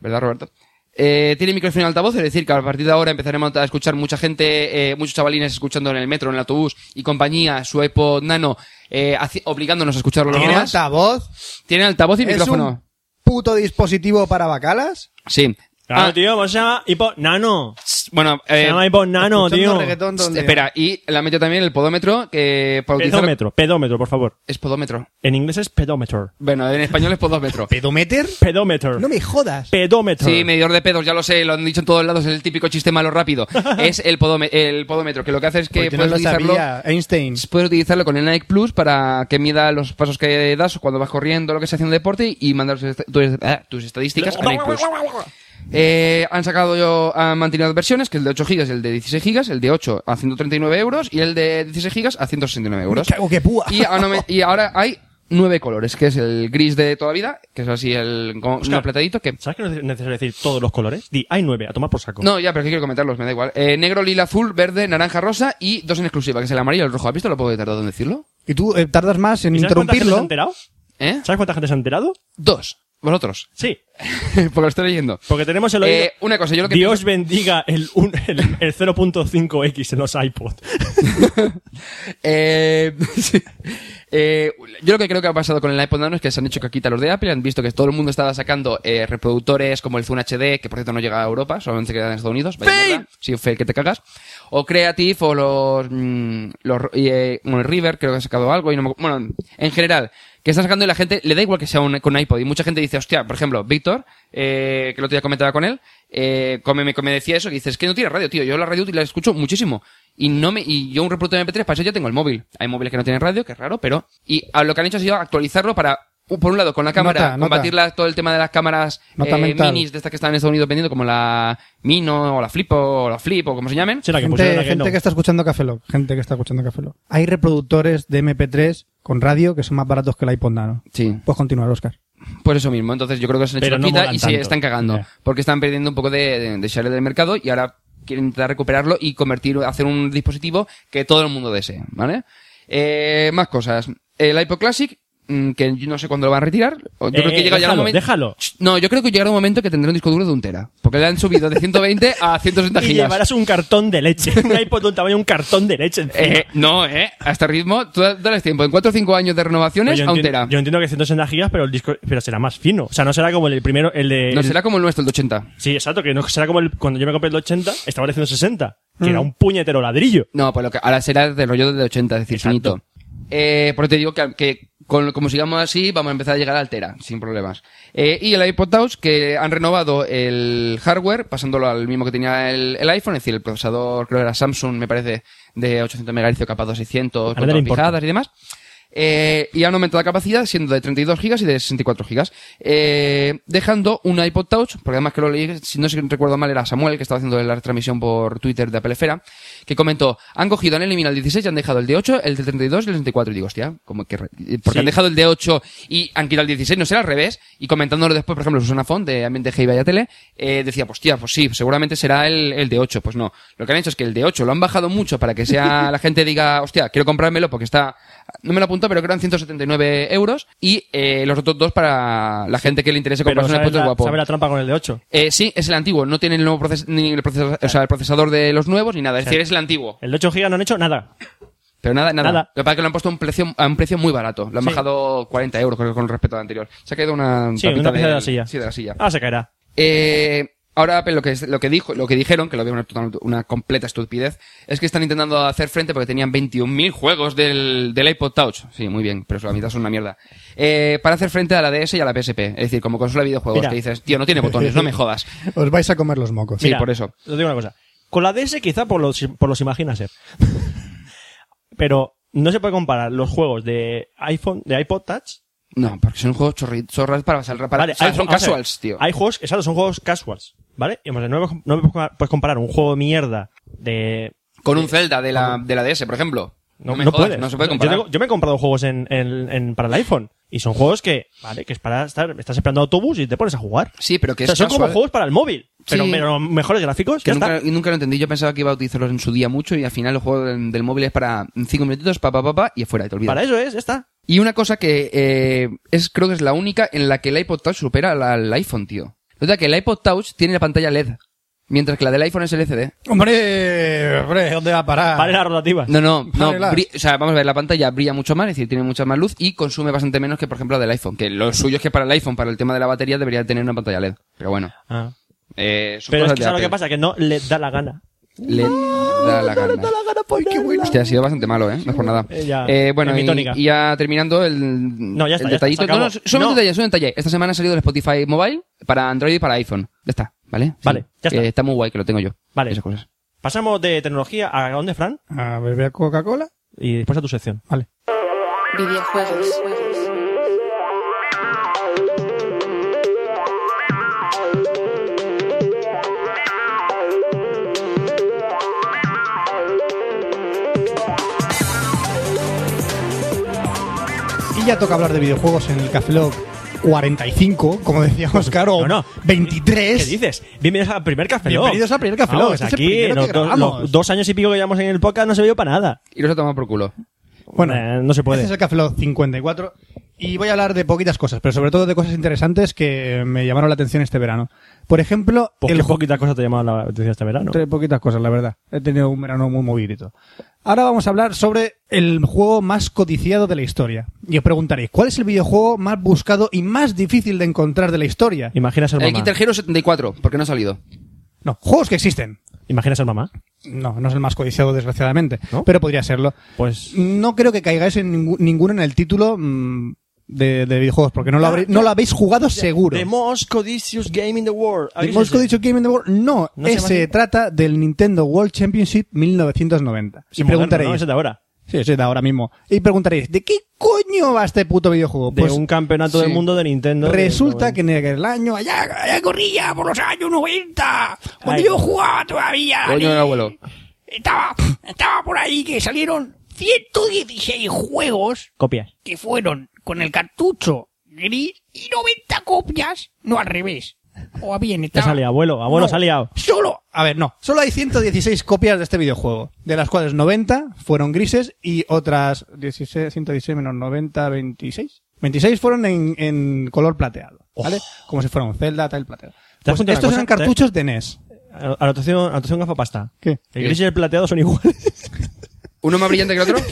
A: ¿Verdad, Roberto? Eh, tiene micrófono y altavoz, es decir, que a partir de ahora empezaremos a escuchar mucha gente, eh, muchos chavalines escuchando en el metro, en el autobús y compañía, su iPod nano, eh, haci- obligándonos a escucharlo los
E: ¿Tiene
A: demás.
E: altavoz?
A: Tiene altavoz y
E: ¿Es
A: micrófono.
E: un puto dispositivo para bacalas?
A: Sí.
B: Claro,
A: Ah,
B: tío, ¿cómo se llama? Hipo Nano.
A: Bueno,
B: Se
A: eh,
B: llama Hipo Nano,
E: Escuchando
B: Ah, tío.
E: reggaetón donde-
A: espera, y le ha metido también el podómetro, que para utilizar...
B: Pedómetro, pedómetro, por favor.
A: Es podómetro.
B: En inglés es pedómetro.
A: Bueno, en español es podómetro.
E: ¿Pedometer?
B: Pedómetro.
E: No me jodas.
B: Pedómetro.
A: Sí, medidor de pedos, ya lo sé, lo han dicho en todos lados, es el típico chiste malo rápido. es el, podome- el podómetro, que lo que hace es que
E: Porque no
A: puedes
E: lo
A: utilizarlo,
E: sabía Einstein.
A: puedes utilizarlo con el Nike Plus para que mida los pasos que das cuando vas corriendo, lo que se hace en deporte y mandar tus est- tus, ah, tus estadísticas a Nike Plus. Eh, han sacado yo, han mantenido versiones, que el de 8 gigas, el de 16 gigas, el de 8 a 139 euros y el de 16 gigas a 169 euros.
E: Me cago que púa.
A: Y ahora, me- y ahora hay nueve colores, que es el gris de toda vida, que es así el como
B: Oscar.
A: un platadito que
B: ¿Sabes que no es necesario decir todos los colores? Di, hay nueve, a tomar por saco.
A: no, ya, pero es que quiero comentarlos, me da igual. Eh, negro, lila, azul, verde, naranja, rosa y dos en exclusiva, que es el amarillo y el rojo. ¿Has visto lo poco que he tardado en decirlo?
E: Y tú eh, tardas más en
B: ¿Y ¿Sabes cuánta gente se ha
E: interrumpirlo.
B: enterado?
A: ¿Eh?
B: ¿Sabes cuánta gente se ha enterado?
A: Dos. Vosotros.
B: Sí.
A: Porque lo estoy leyendo.
B: Porque tenemos el oído.
A: Eh, una cosa, yo lo que
B: Dios bendiga el, un- el, el 0.5X en los iPod.
A: Eh, sí. Eh, yo lo que creo que ha pasado con el iPod Nano es que se han hecho caquita los de Apple, han visto que todo el mundo estaba sacando eh, reproductores como el Zoom HD, que por cierto no llega a Europa, solamente queda en Estados Unidos. vaya mierda. Sí, fail que te cagas. O Creative o los, mm, los y, eh, bueno, el River creo que ha sacado algo y no me acu- bueno, en general, que está sacando y la gente le da igual que sea un, con iPod y mucha gente dice, hostia, por ejemplo, Víctor, eh, que el otro día comentaba con él, eh, come, me, me decía eso, que dices, es que no tiene radio, tío, yo la radio la escucho muchísimo. Y no me, y yo un reproductor de MP3, para eso ya tengo el móvil. Hay móviles que no tienen radio, que es raro, pero, y a lo que han hecho ha sido actualizarlo para, u- por un lado, con la cámara,
E: Nota, nota.
A: combatir la- todo el tema de las cámaras
E: Nota
A: eh,
E: mental.
A: minis de estas que están en Estados Unidos vendiendo, como la Mino, o la Flipo, o la Flip, o como se llamen.
B: Será que pusieron
E: Gente,
B: la que
E: gente
B: no.
E: que está escuchando Café Lock, gente que está escuchando Café Lock. Hay reproductores de MP3 con radio que son más baratos que el iPod Nano.
A: Sí.
E: Puedes continuar, Oscar.
A: Pues eso mismo, entonces yo creo que se han hecho
B: Pero
A: la
B: no
A: quita
B: molan
A: y se
B: tanto.
A: están cagando.
B: Ya.
A: Porque están perdiendo un poco de, de, de share del mercado y ahora quieren intentar recuperarlo y convertir, hacer un dispositivo que todo el mundo desee, ¿vale? Eh, más cosas. El iPod Classic, mm, que yo no sé cuándo lo van a retirar. o- Yo
B: Eh,
A: creo que
B: eh,
A: llega ya un
B: déjalo,
A: momento.
B: déjalo.
A: No, yo creo que llegará un momento que tendrá un disco duro de un tera. Porque le han subido de 120 a 160
B: Y
A: gigas.
B: llevarás un cartón de leche. Un iPod de un tamaño, un cartón de leche. encima.
A: Eh, no, eh. A este ritmo, tú dales tiempo. En 4 o 5 años de
B: Pero
A: renovaciones,
B: yo,
A: a un
B: entiendo-
A: tera.
B: yo entiendo que 160 gigas, pero el disco pero será más fino. O sea, no será como el primero, el de.
A: No
B: el-
A: será como el nuestro, el de 80.
B: Sí, exacto, que no será como el, cuando yo me compré el de 80, estaba el de 160, que
E: Mm.
B: era un puñetero ladrillo.
A: No, pues lo que ahora será del rollo de 80, es decir,
B: Exacto.
A: finito. Eh, por eso te digo que, que con- como sigamos así, vamos a empezar a llegar a Altera, sin problemas. Eh, y el iPod Touch, que han renovado el hardware, pasándolo al mismo que tenía el, el iPhone, es decir, el procesador, creo que era Samsung, me parece, de 800 MHz, capaz 200,
B: nadie le
A: con
B: importa.
A: pijadas y demás. Eh, y han aumentado la capacidad siendo de 32 gigas y de 64 gigas. Eh, dejando un iPod Touch, porque además que lo leí, si no sé- recuerdo mal, era Samuel que estaba haciendo la transmisión por Twitter de Apelefera, que comentó, han cogido, han eliminado el 16 y han dejado el de 8, el de 32 y el 64. Y digo, hostia, como que, re- porque
B: Sí.
A: han dejado el de 8 y han quitado el 16, no será al revés. Y comentándolo después, por ejemplo, Susana Font de Ambiente G y Vaya Tele, eh, decía, pues tía, pues sí, seguramente será el, el de 8. Pues no. Lo que han hecho es que el de 8 lo han bajado mucho para que sea, la gente diga, hostia, quiero comprármelo porque está, no me lo apunto, pero creo que eran 179 euros. Y, eh, los otros dos para la gente que le interese
B: Pero
A: comprarse un
B: ¿sabes
A: iPod
B: la,
A: guapo.
B: ¿sabes la trampa con el de 8?
A: Eh, sí, es el antiguo, no tiene el nuevo proces- ni el procesador, o sea, el procesador de los nuevos ni nada, es decir, es el antiguo.
B: El de 8 GB no han hecho nada.
A: Pero nada, nada.
B: Nada.
A: Lo que pasa es que lo han puesto a un precio, a un precio muy barato. Lo han
B: Sí.
A: bajado 40 euros creo que con respecto al anterior. Se ha caído una
B: Sí,
A: tapita
B: una pieza de
A: del-
B: la silla.
A: Sí, de la silla.
B: Ah, se caerá.
A: Eh, Ahora Apple lo que, lo que dijo, lo que dijeron, que lo veo una, total- una completa estupidez, es que están intentando hacer frente porque tenían 21.000 juegos del, del iPod Touch. Sí, muy bien, pero la mitad son una mierda. Eh, para hacer frente a la DS y a la PSP. Es decir, como consola de videojuegos,
B: Mira.
A: que dices, tío, no tiene botones, no me jodas.
F: Os vais a comer los mocos.
A: Sí, por eso.
B: Os digo una cosa. Con la DS quizá por los, por los imagina ser. Pero no se puede comparar los juegos de iPhone, de iPod Touch.
A: No, porque son juegos chorri- chorras para pasar para,
B: Vale,
A: o sea,
B: hay-
A: son
B: vamos a ver,
A: casuals, tío.
B: Hay juegos, exacto, son juegos casuals. ¿Vale? Y, o sea, no, me, no me puedes comparar un juego de mierda de...
A: Con un Zelda de la, de la DS, por ejemplo. No, me jodas,
B: puedes.
A: no se puede
B: Yo
A: comparar.
B: tengo- Yo, me he comprado juegos en, en- en- para el iPhone. Y son juegos que, vale, que es para estar, estás esperando autobús y te pones a jugar.
A: Sí, pero que
B: o sea,
A: es
B: son como
A: casual.
B: juegos para el móvil. Pero,
A: Sí.
B: pero mejores gráficos.
A: Que
B: ya está.
A: nunca, y nunca lo entendí. Yo pensaba que iba a utilizarlos en su día mucho y al final el juego del, del móvil es para cinco minutitos, pa, pa, pa, pa, y afuera, y te olvidas.
B: Para eso es, ya está.
A: Y una cosa que eh, es creo que es la única en la que el iPod Touch supera al, al iPhone, tío. Nota que el iPod Touch tiene la pantalla LED, mientras que la del iPhone es LCD.
F: Hombre, hombre, ¿dónde va a parar?
E: Ah.
B: Para las rotativas.
A: No, no, no.
F: Vale, la-
A: bri- o sea, vamos a ver, la pantalla brilla mucho más, es decir, tiene mucha más luz y consume bastante menos que, por ejemplo, la del iPhone. Que lo suyo es que para el iPhone, para el tema de la batería, debería tener una pantalla LED. Pero bueno.
B: Ah.
A: Eh, son
B: Pero es
A: cosas
B: que
A: de
B: ¿sabes lo que
A: Apple.
B: pasa? Que no le da la gana.
A: LED da la gana.
F: qué bueno.
A: Hostia, ha sido bastante malo, ¿eh? No es por nada.
B: Eh, ya.
A: Eh, bueno,
B: En mi
A: y,
B: tónica.
A: y ya terminando el,
B: No, ya está,
A: el
B: ya está,
A: detallito.
B: se acabó.
A: no, no, solo
B: No.
A: un detalle, solo un detalle. Esta semana ha salido el Spotify Mobile para Android y para iPhone. Ya está, ¿vale?
B: Vale, ya está.
A: Eh, está muy guay que lo tengo yo.
B: Vale.
A: Esas cosas.
B: Pasamos de tecnología a dónde, Fran,
E: A beber Coca-Cola.
B: y después a tu sección.
E: Vale.
D: videojuegos,
E: Y ya toca hablar de videojuegos en el Café Lock 45, como decía Oscar, o
B: Pues, No, no.
E: 23.
B: ¿Qué dices? Bienvenidos al primer café. Lock.
E: Bienvenidos al primer Café Lock,
B: Vamos,
E: este es el
B: aquí,
E: primero que
B: los dos,
E: grabamos.
B: los dos años y pico que llevamos en el podcast no se vio para nada.
A: Y los he tomado por culo.
B: Pues
E: Bueno,
B: Eh, no se puede.
E: Este es el Café Lock 54 y voy a hablar de poquitas cosas, pero sobre todo de cosas interesantes que me llamaron la atención este verano. Por ejemplo,
B: Pues
E: el
B: qué
E: juego
B: poquita cosa te llamaba la atención este verano.
E: Entre poquitas cosas, la verdad. He tenido un verano muy movidito. Ahora vamos a hablar sobre el juego más codiciado de la historia. Y os preguntaréis, ¿cuál es el videojuego más buscado y más difícil de encontrar de la historia?
B: Imagina ser
A: El
B: mamá.
A: Guitar Hero 74, porque no ha salido.
E: No, juegos que existen.
B: Imagina ser mamá.
E: No, no es el más codiciado, desgraciadamente,
B: ¿No?
E: pero podría serlo.
B: Pues.
E: No creo que caigáis en ningú- ninguno en el título mm, de, de videojuegos, porque no lo,
B: Ah,
E: habréis,
B: ya.
E: no lo habéis jugado seguro.
B: The most codicious game in the world.
E: The Most Codicious Game in the World, no,
B: No se
E: ese
B: llama
E: se
B: así.
E: trata del Nintendo World Championship 1990.
B: Sí,
E: y
B: moderno,
E: preguntaréis,
B: ¿no? Ese de ahora.
E: Sí, sí, de ahora mismo. Y preguntaréis, ¿de qué coño va este puto videojuego?
B: De un campeonato del
A: sí.
B: mundo de Nintendo. Pues,
E: resulta
B: de-
E: que en el año, allá, allá corría por los años 90, cuando
B: Ay.
E: yo jugaba todavía,
A: Coño del abuelo.
E: estaba, estaba por ahí que salieron 116 juegos
B: Copias.
E: que fueron con el cartucho gris y 90 copias, no al revés. O bien,
B: Ya
E: estaba...
B: se ha liado, abuelo. Abuelo
E: No.
B: se ha liado.
E: Solo, a ver, no, solo hay 116 copias de este videojuego, de las cuales 90 fueron grises y otras 16, 116 menos 90, 26. 26 fueron en, en color plateado, ¿vale? Como si fuera un Zelda, tal plateado.
B: ¿Te das
E: Pues
B: cuenta de una
E: estos
B: cosa?
E: eran cartuchos de E NES.
B: Anotación, anotación gafapasta.
E: ¿Qué?
B: El gris y el plateado son iguales.
A: ¿Uno más brillante que el otro?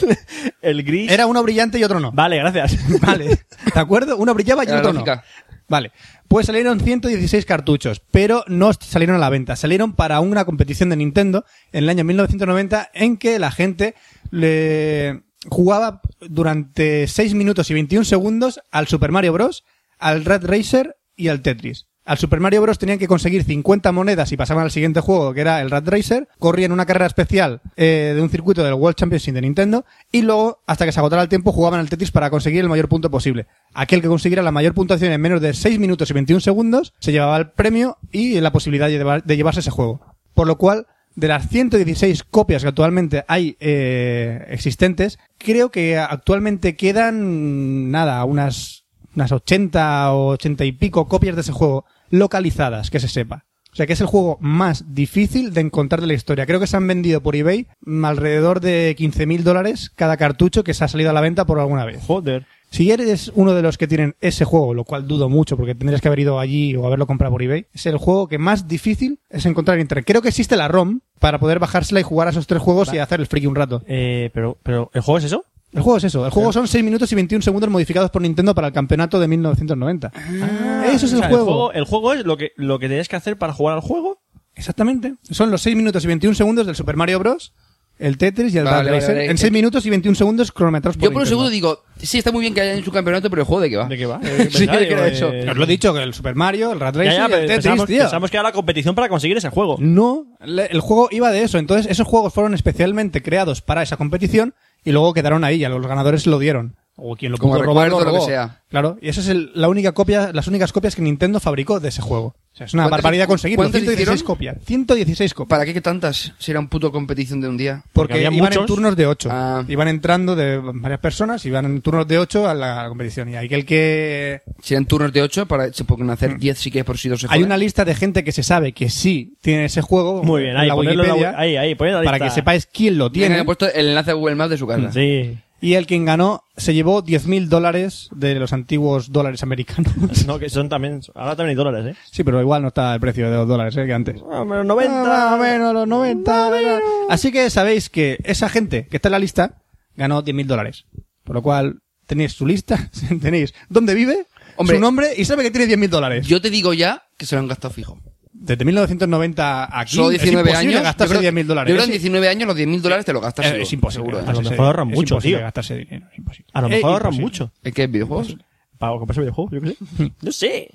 B: El gris.
E: Era uno brillante y otro no.
B: Eh, Vale, gracias.
E: Vale, ¿de acuerdo? Uno brillaba y
A: Era
E: otro no.
A: lógica.
E: Vale, pues salieron 116 cartuchos, pero no salieron a la venta, salieron para una competición de Nintendo en el año 1990 en que la gente le jugaba durante 6 minutos y 21 segundos al Super Mario Bros, al Red Racer y al Tetris. Al Super Mario Bros tenían que conseguir 50 monedas y pasaban al siguiente juego, que era el Rat Racer. Corrían una carrera especial eh, de un circuito del World Championship de Nintendo. Y luego, hasta que se agotara el tiempo, jugaban al Tetris para conseguir el mayor punto posible. Aquel que consiguiera la mayor puntuación en menos de 6 minutos y 21 segundos se llevaba el premio y la posibilidad de, llevar- de llevarse ese juego. Por lo cual, de las 116 copias que actualmente hay eh, existentes, creo que actualmente quedan, nada, unas unas 80 o 80 y pico copias de ese juego localizadas, que se sepa. O sea que es el juego más difícil de encontrar de la historia. Creo que se han vendido por eBay mm, alrededor de 15.000 dólares cada cartucho que se ha salido a la venta por alguna vez.
B: Joder.
E: Si eres uno de los que tienen ese juego, lo cual dudo mucho porque tendrías que haber ido allí o haberlo comprado por eBay, es el juego que más difícil es encontrar en internet. Creo que existe la ROM para poder bajársela y jugar a esos tres juegos y hacer el friki un rato.
B: Eh, pero, pero, ¿el juego es eso?
E: El juego es eso. El juego son 6 minutos y 21 segundos modificados por Nintendo para el campeonato de 1990. eso es
B: Ah, O
E: el,
B: sea,
E: juego.
B: El juego es lo que, lo que tenías que hacer para jugar al juego.
E: Exactamente. Son los 6 minutos y 21 segundos del Super Mario Bros., el Tetris y el
A: Vale,
E: Dark
A: vale,
E: Racer.
A: vale.
E: En 6 minutos y 21 segundos cronometrados
A: Yo por un
E: Nintendo.
A: segundo digo, sí, está muy bien que hayan hecho un campeonato, pero el juego de qué va.
B: ¿De qué va? Eh,
A: Sí, yo creo eso.
E: Os lo he dicho, que el Super Mario, el Rat
B: Ya,
E: Racer
B: ya,
E: y el
B: pero
E: Tetris,
B: pensamos,
E: tío.
B: pensamos que era la competición para conseguir ese juego.
E: No, le- el juego iba de eso. Entonces, esos juegos fueron especialmente creados para esa competición y luego quedaron ahí. Y a los ganadores lo dieron. O quien lo
A: Como
E: pudo robar
A: recuerdo,
E: lo
A: lo que
E: robó.
A: sea.
E: Claro, y esa es el- la única copia, las únicas copias que Nintendo fabricó de ese juego. O sea, es una
A: ¿Cuántas-
E: barbaridad conseguirlo.
A: cuántas
E: 116
A: hicieron?
E: copias. 116 copias.
A: ¿Para qué que tantas? Si era un puto competición de un día.
B: Porque
E: Porque,
B: había
E: iban en
B: muchos.
E: turnos de ocho.
A: Ah.
E: Iban entrando de varias personas, iban en turnos de ocho a la, a la competición. Y aquel que...
A: Si eran turnos de 8, para, se pueden hacer 10 si quieres por si dos se
E: Mm. Hay
A: joden.
E: una lista de gente que se sabe que sí tiene ese juego.
B: Muy bien,
E: en
B: ahí,
E: la
B: ponedlo en la
E: Wikipedia,
B: wi- ahí, ahí, poned la
E: Para
B: lista.
E: que sepáis quién lo
A: Tienen
E: tiene. ¿eh?
A: puesto el enlace a Google Maps de su casa.
B: Sí.
E: Y el quien ganó se llevó 10.000 dólares de los antiguos dólares americanos.
B: No, que son también. Ahora también hay dólares, ¿eh?
E: sí, pero igual no está el precio de los dólares eh, que antes.
B: Ah, menos 90.
E: Ah, más o menos, los 90. ¿verdad? Así que sabéis que esa gente que está en la lista ganó 10.000 dólares. Por lo cual, tenéis su lista, tenéis dónde vive,
A: Hombre.
E: su nombre y sabe que tiene 10.000 dólares.
A: Yo te digo ya que se lo han gastado fijo.
E: Desde 1990 a aquí
A: Solo 19
E: Mm, es imposible
A: años.
E: gastarse
A: yo creo-
E: 10.000 dólares.
A: Yo creo que en
E: Es- Eh,
A: 19 años los 10.000 dólares te los gastas.
E: es,
A: seguro.
E: imposible
A: Seguro. ¿eh?
E: gastarse
B: lo
E: ese-
B: mejor ahorran
E: es
B: mucho,
E: imposible
B: tío.
E: gastarse dinero, es imposible.
B: A lo
E: Es
B: mejor ahorran
E: Eh, imposible.
B: mucho.
A: ¿El qué? ¿Videojuegos?
B: Para comprarse videojuegos, yo qué sé. No sé.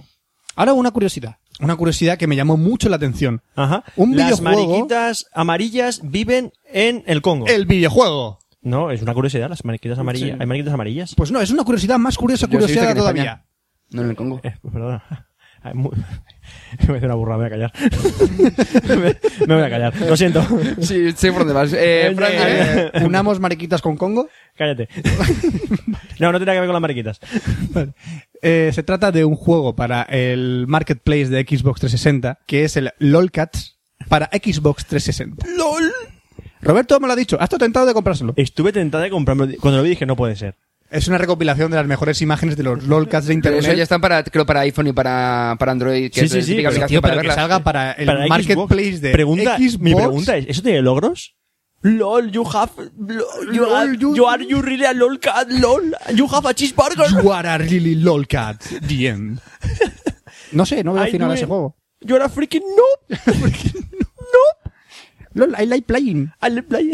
E: Ahora una curiosidad. Una curiosidad que me llamó mucho la atención.
B: Ajá.
E: Un
B: Las
E: videojuego-
B: mariquitas amarillas viven en el Congo.
E: El videojuego.
B: No, es una curiosidad, las mariquitas amarillas. Hay mariquitas amarillas.
E: Pues no, es una curiosidad más curiosa,
A: Yo sí he visto que
E: curiosidad
A: en
E: todavía.
A: España- No en el Congo.
B: Eh, pues perdona. Hay mu- Me voy a hacer una burra, me voy a callar. me, me voy a callar. Lo siento.
A: Sí, sé por dónde vas. Eh, Fran, dime.
E: Eh, unamos mariquitas con Congo.
B: Cállate. No, no tiene que ver con las mariquitas.
E: Vale. Eh, se trata de un juego para el marketplace de Xbox 360, que es el LOLcats para Xbox 360. ¡LOL! Roberto me lo ha dicho, has tentado de comprárselo.
B: Estuve tentada de comprarme. Cuando lo vi dije, no puede ser.
E: Es una recopilación de las mejores imágenes de los LOLcats de
A: Pero
E: internet.
A: eso ya están para, creo, para iPhone y para, para Android. Que
B: Sí,
A: es
B: sí,
A: la
B: sí,
A: típica
B: pero,
A: aplicación
E: tío, pero
A: para
E: que
A: verlas.
E: salga para el
B: Para Xbox.
E: marketplace de
B: pregunta,
E: Xbox.
B: Mi pregunta es, ¿eso tiene logros? LOL, you have... LOL, you, are,
E: you-
B: you are you really a LOL cat, LOL, you have a cheeseburger.
E: You are a really LOLcat. The end. No sé, no veo
B: I
E: al final
B: do
E: de ese
B: it.
E: juego.
B: You are a freaking noob.
E: LOL, I like playing.
B: I'll play.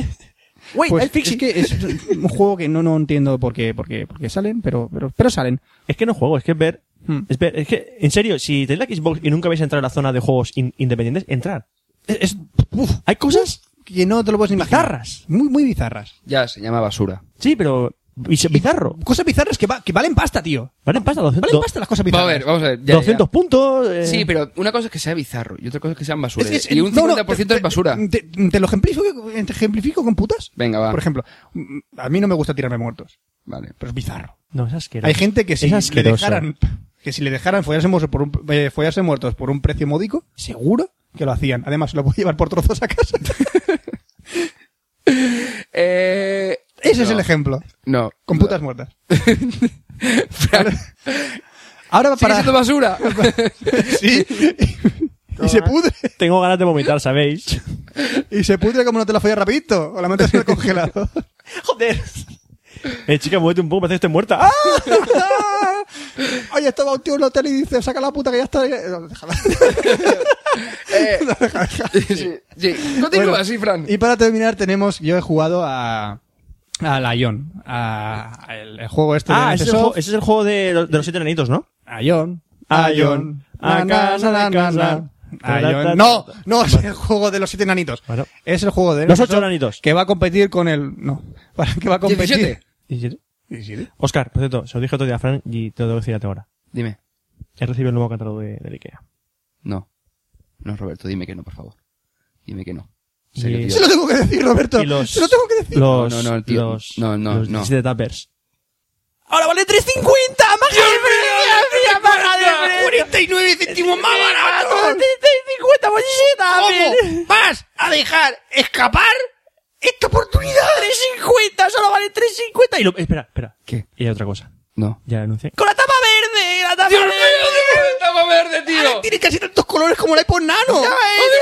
B: Wait,
E: Pues
B: I'll fix
E: es
B: it.
E: que es un juego que no, no entiendo por qué, por qué, por qué salen, pero, pero, pero salen.
B: Es que no juego, es que es ver...
E: Hmm.
B: Es ver, es que, en serio, si tenéis la Xbox y nunca habéis entrado en la zona de juegos in- independientes, entrar.
E: Es, es- uf,
B: Hay cosas
E: que no te lo puedes ni imaginar.
B: Bizarras.
E: Muy, muy bizarras.
A: Ya, se llama basura.
B: Sí, pero biz- bizarro.
E: Cosas bizarras que, va- que valen pasta, tío.
B: Valen pasta, 200,
E: Valen pasta las cosas
A: Vamos
E: bizarras.
A: a ver, vamos a ver. ya, ya.
B: 200 puntos. eh.
A: Sí, pero una cosa es que sea bizarro y otra cosa es que sean basura.
E: Es que-
A: y un 50%
E: no, no, te-
A: es basura. Ah.
E: Te, te lo ejemplifico, te ejemplifico con putas.
A: Venga, va.
E: Por ejemplo, mm, a mí no me gusta tirarme muertos,
A: Vale.
E: pero es bizarro.
B: No, es asqueroso.
E: Hay gente que si
B: Es
E: le
B: asqueroso.
E: dejaran que si le dejaran follarse, muertos por un, eh, follarse muertos por un precio módico, seguro que lo hacían. Además, lo puedo llevar por trozos a casa.
A: Eh,
E: Ese es
A: no,
E: el ejemplo.
A: No.
E: Con
A: No.
E: putas muertas.
A: Fran,
E: Ahora
A: ¿Sigue
E: para...
A: siendo basura?
E: Sí. y se pudre.
B: Tengo ganas de vomitar, ¿sabéis?
E: Y se pudre como no te la follas rapidito. O la metes en el congelador.
B: Joder. Eh, chica, muévete un poco, parece que esté muerta. ¡Ah!
E: Oye, esto va un tío en el hotel y dice, saca la puta que ya está... No, déjala.
A: Eh, sí, sí. Continúa
E: Bueno,
A: así, Fran.
E: Y para terminar tenemos... Yo he jugado a... A la Ion. A... a el, el juego este
B: Ah,
E: de
B: ese es, el
E: Microsoft.
B: juego, ese es el juego de, los- de los siete enanitos, ¿no?
E: A Ion.
B: A Ion.
E: A casa de casa. A Ion. No, no es el juego de los siete enanitos.
B: Bueno.
E: Es el juego de
B: Los ocho
E: Microsoft
B: enanitos.
E: Que va a competir con el... No. Para que va a competir...
A: 17.
B: ¿17?
E: ¿17?
B: Oscar, por cierto, se lo dije otro día a Fran y te lo debo decir a ti ahora.
A: Dime.
B: He recibido el nuevo catálogo de, del Ikea.
A: No. No, Roberto, dime que no, por favor. Dime que no.
B: Y-
A: Serio, tío.
E: Se lo tengo que decir, Roberto.
B: Y los,
E: Se lo tengo que decir.
B: Los,
A: No, no, no, tío.
B: Los,
A: No, no,
B: los
A: no.
B: 17 tappers.
C: ¡Ahora vale 3.50! ¡Magia de precio! ¡Magia de precio!
A: ¡49 céntimos más barato!
C: ¡3.50 bolsita!
A: ¿Vas a dejar escapar esta oportunidad?
C: ¡3.50! ¡Solo vale 3.50!
B: Cuenta y lo... Espera, espera.
A: ¿Qué?
B: Y hay otra cosa.
A: No.
B: Ya la anuncié.
C: ¡Con la tapa verde! ¡La tapa
A: ¡Dios mío,
C: verde! Ah,
A: tío! ¡Tapa verde, tío!
E: Tiene casi tantos colores como el iPod Nano.
A: ¡Oh,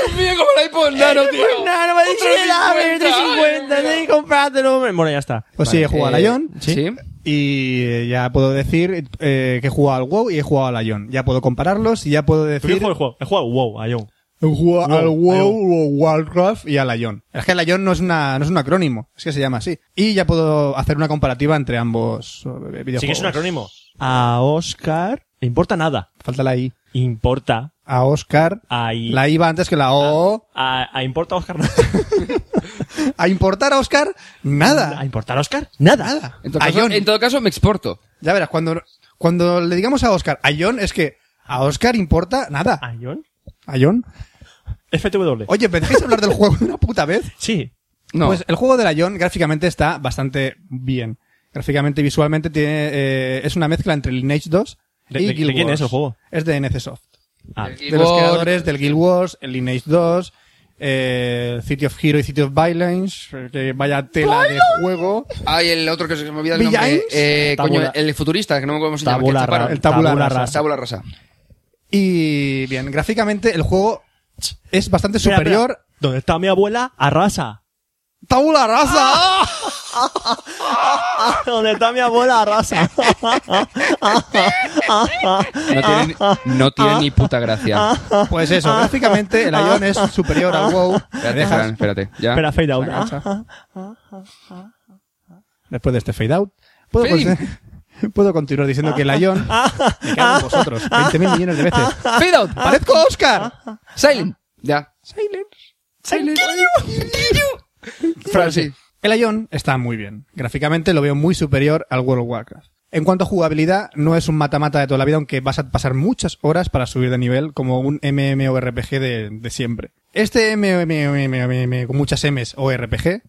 A: Dios mío, como la iPod Nano, tío!
C: Nano, vale,
A: Otro
C: sí, la verde, 50,
A: 50. Ay,
C: sí,
B: comprártelo. hombre. Bueno, ya está.
E: Pues sí, he jugado a
A: Eh,
E: Lion.
A: Sí.
E: Y eh, ya puedo decir eh, que he jugado al WoW y he jugado al Lion. Ya puedo compararlos y ya puedo
B: ¿Tú qué
E: decir...
B: juego el juego? He jugado wow, a John.
E: He jugado
B: Wow,
E: al
B: Lion.
E: WoW, o Warcraft y al Lion. Es que el Lion no es, una, no es un acrónimo, es que se llama así. Y ya puedo hacer una comparativa entre ambos eh, videojuegos.
B: Sí que es un acrónimo. A Oscar. Le importa nada.
E: Falta la I.
B: Importa.
E: A Oscar.
B: Ahí.
E: La I va antes que la O.
B: A, a importa Oscar.
E: A importar a Oscar, nada.
B: ¿A importar Oscar? Nada.
E: Nada.
A: En todo,
E: A
A: caso,
E: John.
A: en todo caso, me exporto.
E: Ya verás, cuando, cuando le digamos a Oscar, a John, es que a Oscar importa nada.
B: ¿A John?
E: ¿A John?
B: FTW.
E: Oye, ¿me dejáis hablar del juego de una puta vez?
B: Sí.
A: No.
E: Pues el juego de la John gráficamente está bastante bien. Gráficamente y visualmente tiene, eh, es una mezcla entre Lineage 2
B: ¿De-
E: y
B: de- de
E: Guild
B: quién
E: Wars.
B: es el juego?
E: Es de NCSoft.
B: Ah,
A: El
E: De
A: Guild
E: los
A: Wars,
E: creadores del Guild Wars, el Lineage 2, eh, City of Hero y City of Violence, eh, que vaya tela de juego.
A: Hay el otro que se me olvida el
E: ¿Villains?
A: nombre. Eh,
B: Tabula.
A: coño, el futurista, que no me acuerdo cómo se llama. que
B: tabula,
A: chaparon.
B: rasa.
E: el tabula rasa.
A: Tabula rasa.
E: Y bien, gráficamente el juego es bastante
B: Espera, espera.
E: superior.
B: ¿Dónde está mi abuela? Arrasa.
E: ¡Tabula rasa!
B: ¿Dónde está mi abuela? Arrasa.
A: No tiene, ni- no tiene ni puta gracia.
E: Pues eso, gráficamente el Ion es superior al WoW. ¿Me
A: Espérate, Fran,
E: dejas?
A: espérate. Ya.
B: Espera, fade out.
E: Después de este fade out, puedo,
A: Fade.
E: cons- puedo continuar diciendo que el Ion. Me cago en vosotros, 20.000 millones de veces.
A: Fade out.
E: ¡Parezco Oscar!
A: Silent. Ya. Silent. Fran, sí.
E: El Ion está muy bien. Gráficamente lo veo muy superior al World of Warcraft. En cuanto a jugabilidad, no es un mata-mata de toda la vida, aunque vas a pasar muchas horas para subir de nivel como un MMORPG de, de siempre. Este MMORPG con muchas M's o RPG,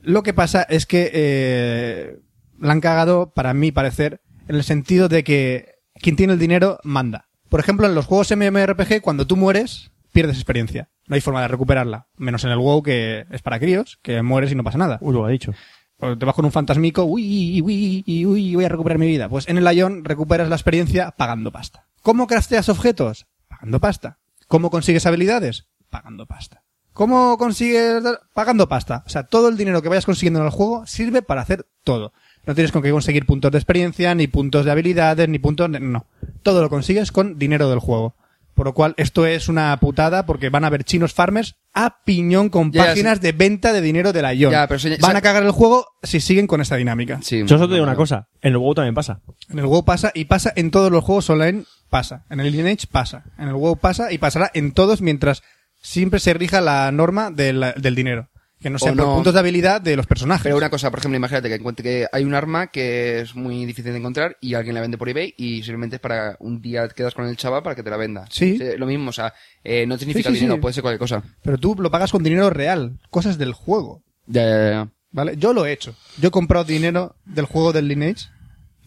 E: lo que pasa es que eh, la han cagado, para mi parecer, en el sentido de que quien tiene el dinero manda. Por ejemplo, en los juegos MMORPG, cuando tú mueres, pierdes experiencia. No hay forma de recuperarla. Menos en el WoW, que es para críos, que mueres y no pasa nada.
B: Uy, lo ha dicho.
E: O Pues te vas con un fantasmico, uy, uy, uy, uy, voy a recuperar mi vida. Pues en el Lion recuperas la experiencia pagando pasta. ¿Cómo crafteas objetos? Pagando pasta. ¿Cómo consigues habilidades? Pagando pasta. ¿Cómo consigues...? tal? Pagando pasta. O sea, todo el dinero que vayas consiguiendo en el juego sirve para hacer todo. No tienes con qué conseguir puntos de experiencia, ni puntos de habilidades, ni puntos... de- No. Todo lo consigues con dinero del juego. Por lo cual, esto es una putada porque van a haber chinos farmers a piñón con
A: Ya, ya,
E: páginas de venta de dinero de la Ion.
A: Ya, pero se-
E: van
A: se-
E: a cagar el juego si siguen con esta dinámica.
A: Sí.
B: Yo solo te digo una cosa. En el WoW también pasa.
E: En el WoW pasa y pasa en todos los juegos online, pasa. En el Lineage pasa. En el WoW pasa y pasará en todos mientras siempre se rija la norma de la- del dinero. Que no sean
A: O
E: por
A: no.
E: puntos de habilidad de los personajes.
A: Pero una cosa, por ejemplo, imagínate que encuentre que hay un arma que es muy difícil de encontrar y alguien la vende por eBay y simplemente es para un día quedas con el chaval para que te la venda.
E: Sí.
A: lo mismo, o sea, eh, no significa
E: Sí, sí,
A: dinero,
E: sí.
A: puede ser cualquier cosa.
E: Pero tú lo pagas con dinero real, cosas del juego.
A: Ya, ya, ya.
E: ¿Vale? Yo lo he hecho. Yo he comprado dinero del juego del Lineage.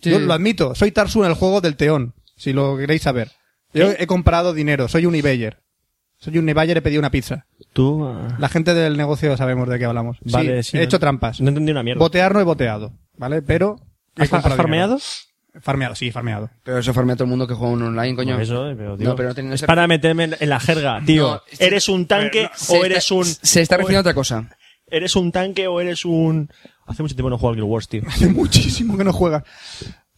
A: Sí.
E: Yo lo admito. Soy Tarsu en el juego del Teón, si lo queréis saber. Yo he comprado dinero. Soy un eBayer. Soy un eBayer, he pedido una pizza.
B: Tú. eh,
E: La gente del negocio sabemos de qué hablamos. Sí,
B: Vale, sí,
E: he
B: no-
E: hecho trampas.
B: No entendí una mierda.
E: Botear no he boteado, ¿vale? Pero... he
B: ¿Has,
E: comprado
B: has farmeado?
E: dinero. Farmeado, sí, farmeado.
A: Pero eso farmea a todo el mundo que juega un online, coño.
B: Por eso, eh, pero digo,
A: no, pero no tiene
B: es
A: ese-
B: para meterme en en la jerga, tío.
A: No, se-
B: ¿Eres un tanque
A: Se
B: o
A: está-
B: eres un.
A: Se está refiriendo a otra cosa.
B: o- ¿Eres un tanque o eres un. Hace mucho tiempo que no juego al Guild Wars, tío.
E: Hace muchísimo que no juegas.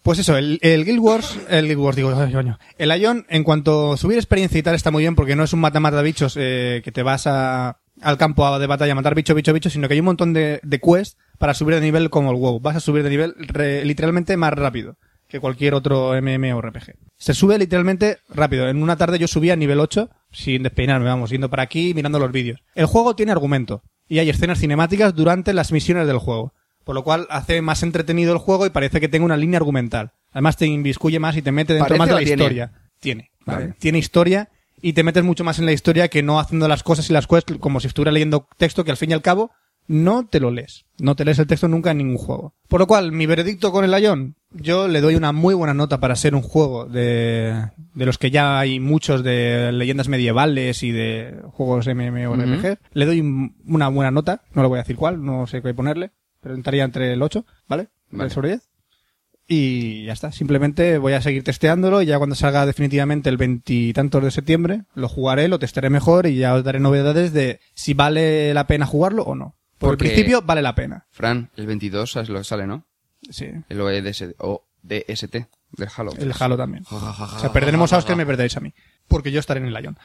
E: Pues eso, el, el Guild Wars, el Guild Wars, digo, ay, coño. El Ion, en cuanto a subir experiencia y tal, está muy bien porque no es un mata-mata de bichos eh, que te vas a, al campo a- de batalla a matar bicho, bicho, bicho, sino que hay un montón de, de quests para subir de nivel como el WoW. Vas a subir de nivel re- literalmente más rápido que cualquier otro MMORPG. Se sube literalmente rápido. En una tarde yo subía a nivel 8 sin despeinarme, vamos, yendo para aquí y mirando los vídeos. El juego tiene argumento y hay escenas cinemáticas durante las misiones del juego. Por lo cual hace más entretenido el juego y parece que tenga una línea argumental. Además te inviscuye más y te mete dentro
A: ¿Parece
E: más de
A: o
E: la
A: tiene?
E: historia. Tiene. ¿vale? Tiene historia y te metes mucho más en la historia que no haciendo las cosas y las quests como si estuviera leyendo texto que al fin y al cabo no te lo lees. No te lees el texto nunca en ningún juego. Por lo cual, mi veredicto con el Ion, yo le doy una muy buena nota para ser un juego de, de los que ya hay muchos de leyendas medievales y de juegos MMORPG. Le doy un- una buena nota, no le voy a decir cuál, no sé qué ponerle, pero estaría entre el 8, ¿vale?
A: Vale.
E: El sobre 10. Y ya está. Simplemente voy a seguir testeándolo y ya cuando salga definitivamente el veintitantos de septiembre, lo jugaré, lo testaré mejor y ya os daré novedades de si vale la pena jugarlo o no. Por
A: Porque-
E: el principio vale la pena.
A: Fran, el 22 ¿sabes lo que sale, ¿no?
E: Sí.
A: El OEDS o DST del Halo.
E: El Halo también. o sea, perderemos a Oscar y me perderéis a mí. Porque yo estaré en el Lion.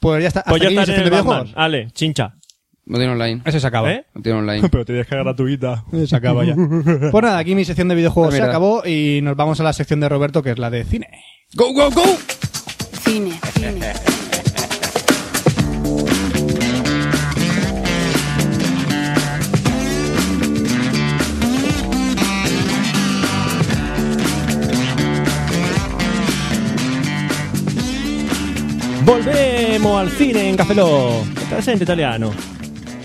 E: Pues ya está.
B: Pues
E: Hasta
B: ya
E: aquí mi
B: está en el
E: sección de
B: Batman.
E: videojuegos. Ah,
B: Ale, chincha.
A: No tiene online.
E: Eso se acaba.
B: ¿Eh?
A: No tiene online.
B: te que gratuita.
E: Se acaba ya. pues nada, aquí mi sección de videojuegos
A: Ah,
E: se
A: mira.
E: acabó y nos vamos a la sección de Roberto, que es la de cine.
A: ¡Go, go, go!
D: Cine, cine.
B: Volvemos al cine en Cafeló. Interesante italiano.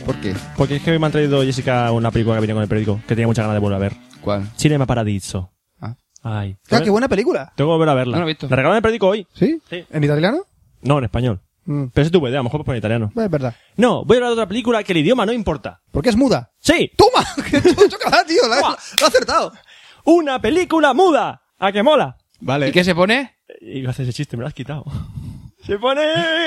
A: ¿Por qué?
B: Porque es que me han traído Jessica una película que venía con el periódico, que tenía muchas ganas de volver a ver.
A: ¿Cuál?
B: Cinema Paradiso.
A: Ah.
B: Ay.
E: Ah, qué buena película.
B: Tengo que volver a verla.
A: No la he visto.
B: La regalaron en el periódico hoy.
E: ¿Sí?
B: Sí.
E: ¿En italiano?
B: No, en español.
E: Mm.
B: Pero es tu idea, a lo mejor por italiano.
E: Es verdad.
B: No, voy a hablar de otra película que el idioma no importa.
E: Porque es muda.
B: ¡Sí!
E: ¡Toma! ¡Qué chocho que da, tío! La-
B: Buah.
E: ¡Lo ha acertado!
B: ¡Una película muda! ¡A que mola!
E: Vale.
A: ¿Y qué se pone?
B: Iba a hacer ese chiste, me lo has quitado. Se pone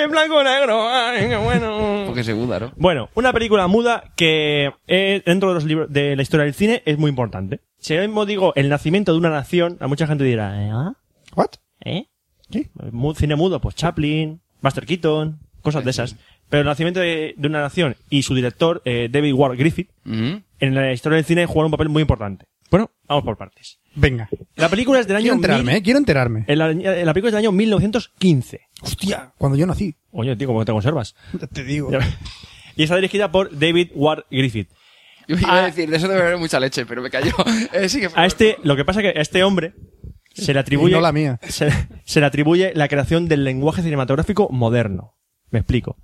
B: en blanco y negro. Ay, qué bueno.
A: Porque se muda, ¿no?
B: Bueno, una película muda que eh, dentro de los libros de la historia del cine es muy importante. Si yo mismo digo el nacimiento de una nación, a mucha gente dirá, ¿eh? ah?
E: ¿What?
B: ¿Eh?
E: ¿Sí?
B: Mu- Cine mudo, pues Chaplin, Buster Keaton, cosas de esas. Pero el nacimiento de, de una nación y su director, eh, David Ward Griffith,
A: Mm.
B: en la historia del cine jugaron un papel muy importante. Bueno, vamos por partes.
E: Venga.
B: La película es del año...
E: Quiero enterarme,
B: mil-
E: ¿eh? Quiero enterarme.
B: el- la, película es del año 1915.
E: Hostia, cuando yo nací.
B: Oye, tío, ¿cómo te conservas?
E: Ya Te digo.
B: Ya ves. y está dirigida por David Ward Griffith.
A: Yo iba
B: Ah.
A: a decir, de eso debe haber mucha leche, pero me cayó. Eh, sí que
B: A este, lo que pasa es que a este hombre se le atribuye.
E: Y no la mía.
B: Se, se le atribuye la creación del lenguaje cinematográfico moderno. Me explico.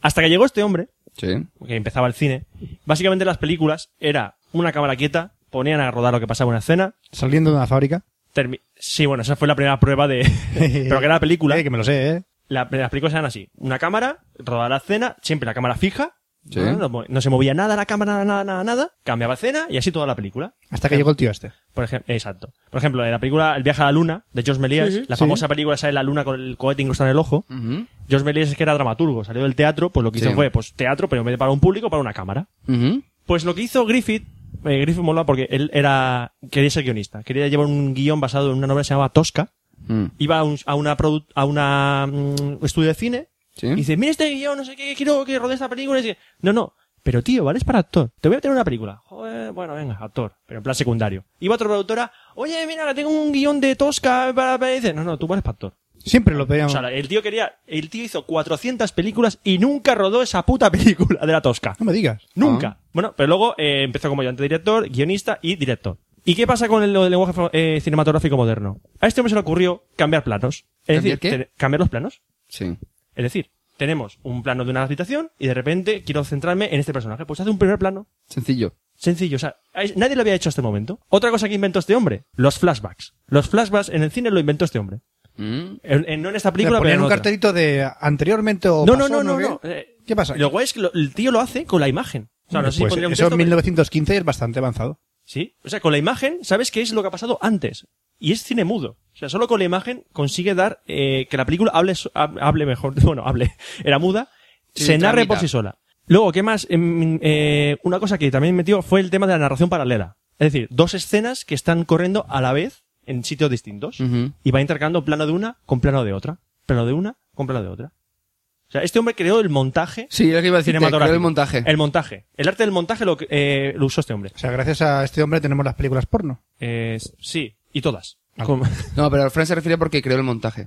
B: Hasta que llegó este hombre,
A: Sí.
B: que empezaba el cine, básicamente las películas era una cámara quieta, ponían a rodar lo que pasaba en una escena.
E: Saliendo de una fábrica.
B: termi- sí, bueno, esa fue la primera prueba de. pero que era la película.
E: Eh, que me lo sé, ¿eh?
B: La- las películas eran así. Una cámara, rodaba la escena, siempre la cámara fija.
A: Sí.
B: ¿no? No, mo- no se movía nada la cámara, nada, nada, nada, nada. Cambiaba escena y así toda la película.
E: Hasta que llegó el tío este.
B: Por ejemplo, exacto. Por ejemplo, en la película El viaje a la luna, de George Méliès, la
E: sí.
B: famosa película esa de la luna con el cohete incrustado en el ojo.
A: Ujú.
B: George Méliès es que era dramaturgo, salió del teatro, pues lo que hizo
A: Sí.
B: fue, pues teatro, pero en vez de para un público, para una cámara.
A: Ujú.
B: Pues lo que hizo Griffith, eh, Griffith mola porque él era, quería ser guionista, quería llevar un guión basado en una novela que se llamaba Tosca,
A: Mm.
B: iba a, un- a una produ- a una mm, estudio de cine
A: Sí.
B: y dice, mira este guión, no sé qué, quiero que rodee esta película. Y dice, no, no, pero tío, ¿vale? Es para actor. Te voy a tener una película. Joder, bueno, venga, actor, pero en plan secundario. Iba otra productora, oye, mira, que tengo un guión de Tosca. Para, para". Y dice, no, no, tú vales para actor.
E: Siempre lo
B: O
E: pedíamos.
B: sea, el tío quería, el tío hizo 400 películas y nunca rodó esa puta película de la Tosca.
E: No me digas.
B: Nunca.
A: Ah.
B: Bueno, pero luego eh, empezó como ayudante de director, guionista y director. ¿Y qué pasa con el, lo del lenguaje eh, cinematográfico moderno? A este hombre se le ocurrió cambiar planos. Es
A: ¿Cambiar
B: decir,
A: qué?
B: ten- cambiar los planos.
A: Sí.
B: Es decir, tenemos un plano de una habitación y de repente quiero centrarme en este personaje. Pues hace un primer plano.
A: Sencillo.
B: Sencillo, o sea, hay- nadie lo había hecho hasta el momento. Otra cosa que inventó este hombre, los flashbacks. Los flashbacks en el cine lo inventó este hombre.
A: Mm.
B: En- en- no en esta
E: Le
B: película, pero
E: ponían
B: en
E: un
B: otra.
E: cartelito de anteriormente o
B: No,
E: pasó,
B: no, no, no,
E: qué?
B: no. Eh,
E: ¿Qué pasa?
B: Lo guay es que lo- el tío lo hace con la imagen. O sea, no sé si
E: Pues
B: pondría un
E: eso
B: texto,
E: en
B: pero-
E: 1915 es bastante avanzado.
B: Sí, o sea, con la imagen sabes qué es lo que ha pasado antes. Y es cine mudo. O sea, solo con la imagen consigue dar eh, que la película hable, so- hab- hable mejor, bueno, hable, era muda,
A: Sí,
B: se narre
A: tramita.
B: por sí sola. Luego, ¿qué más? Em, eh, una cosa que también metió fue el tema de la narración paralela. Es decir, dos escenas que están corriendo a la vez en sitios distintos.
A: Ujú.
B: Y va intercambiando plano de una con plano de otra. Plano de una con plano de otra. O sea, este hombre creó el montaje
A: Sí, es lo que iba a decir.
B: cinematográfico. Eh.
A: el montaje.
B: El montaje. El arte del montaje lo, que- eh, lo usó este hombre.
E: O sea, gracias a este hombre tenemos las películas porno.
B: Eh, sí, y todas. Con-
A: No, pero Fran se refiere porque creó el montaje.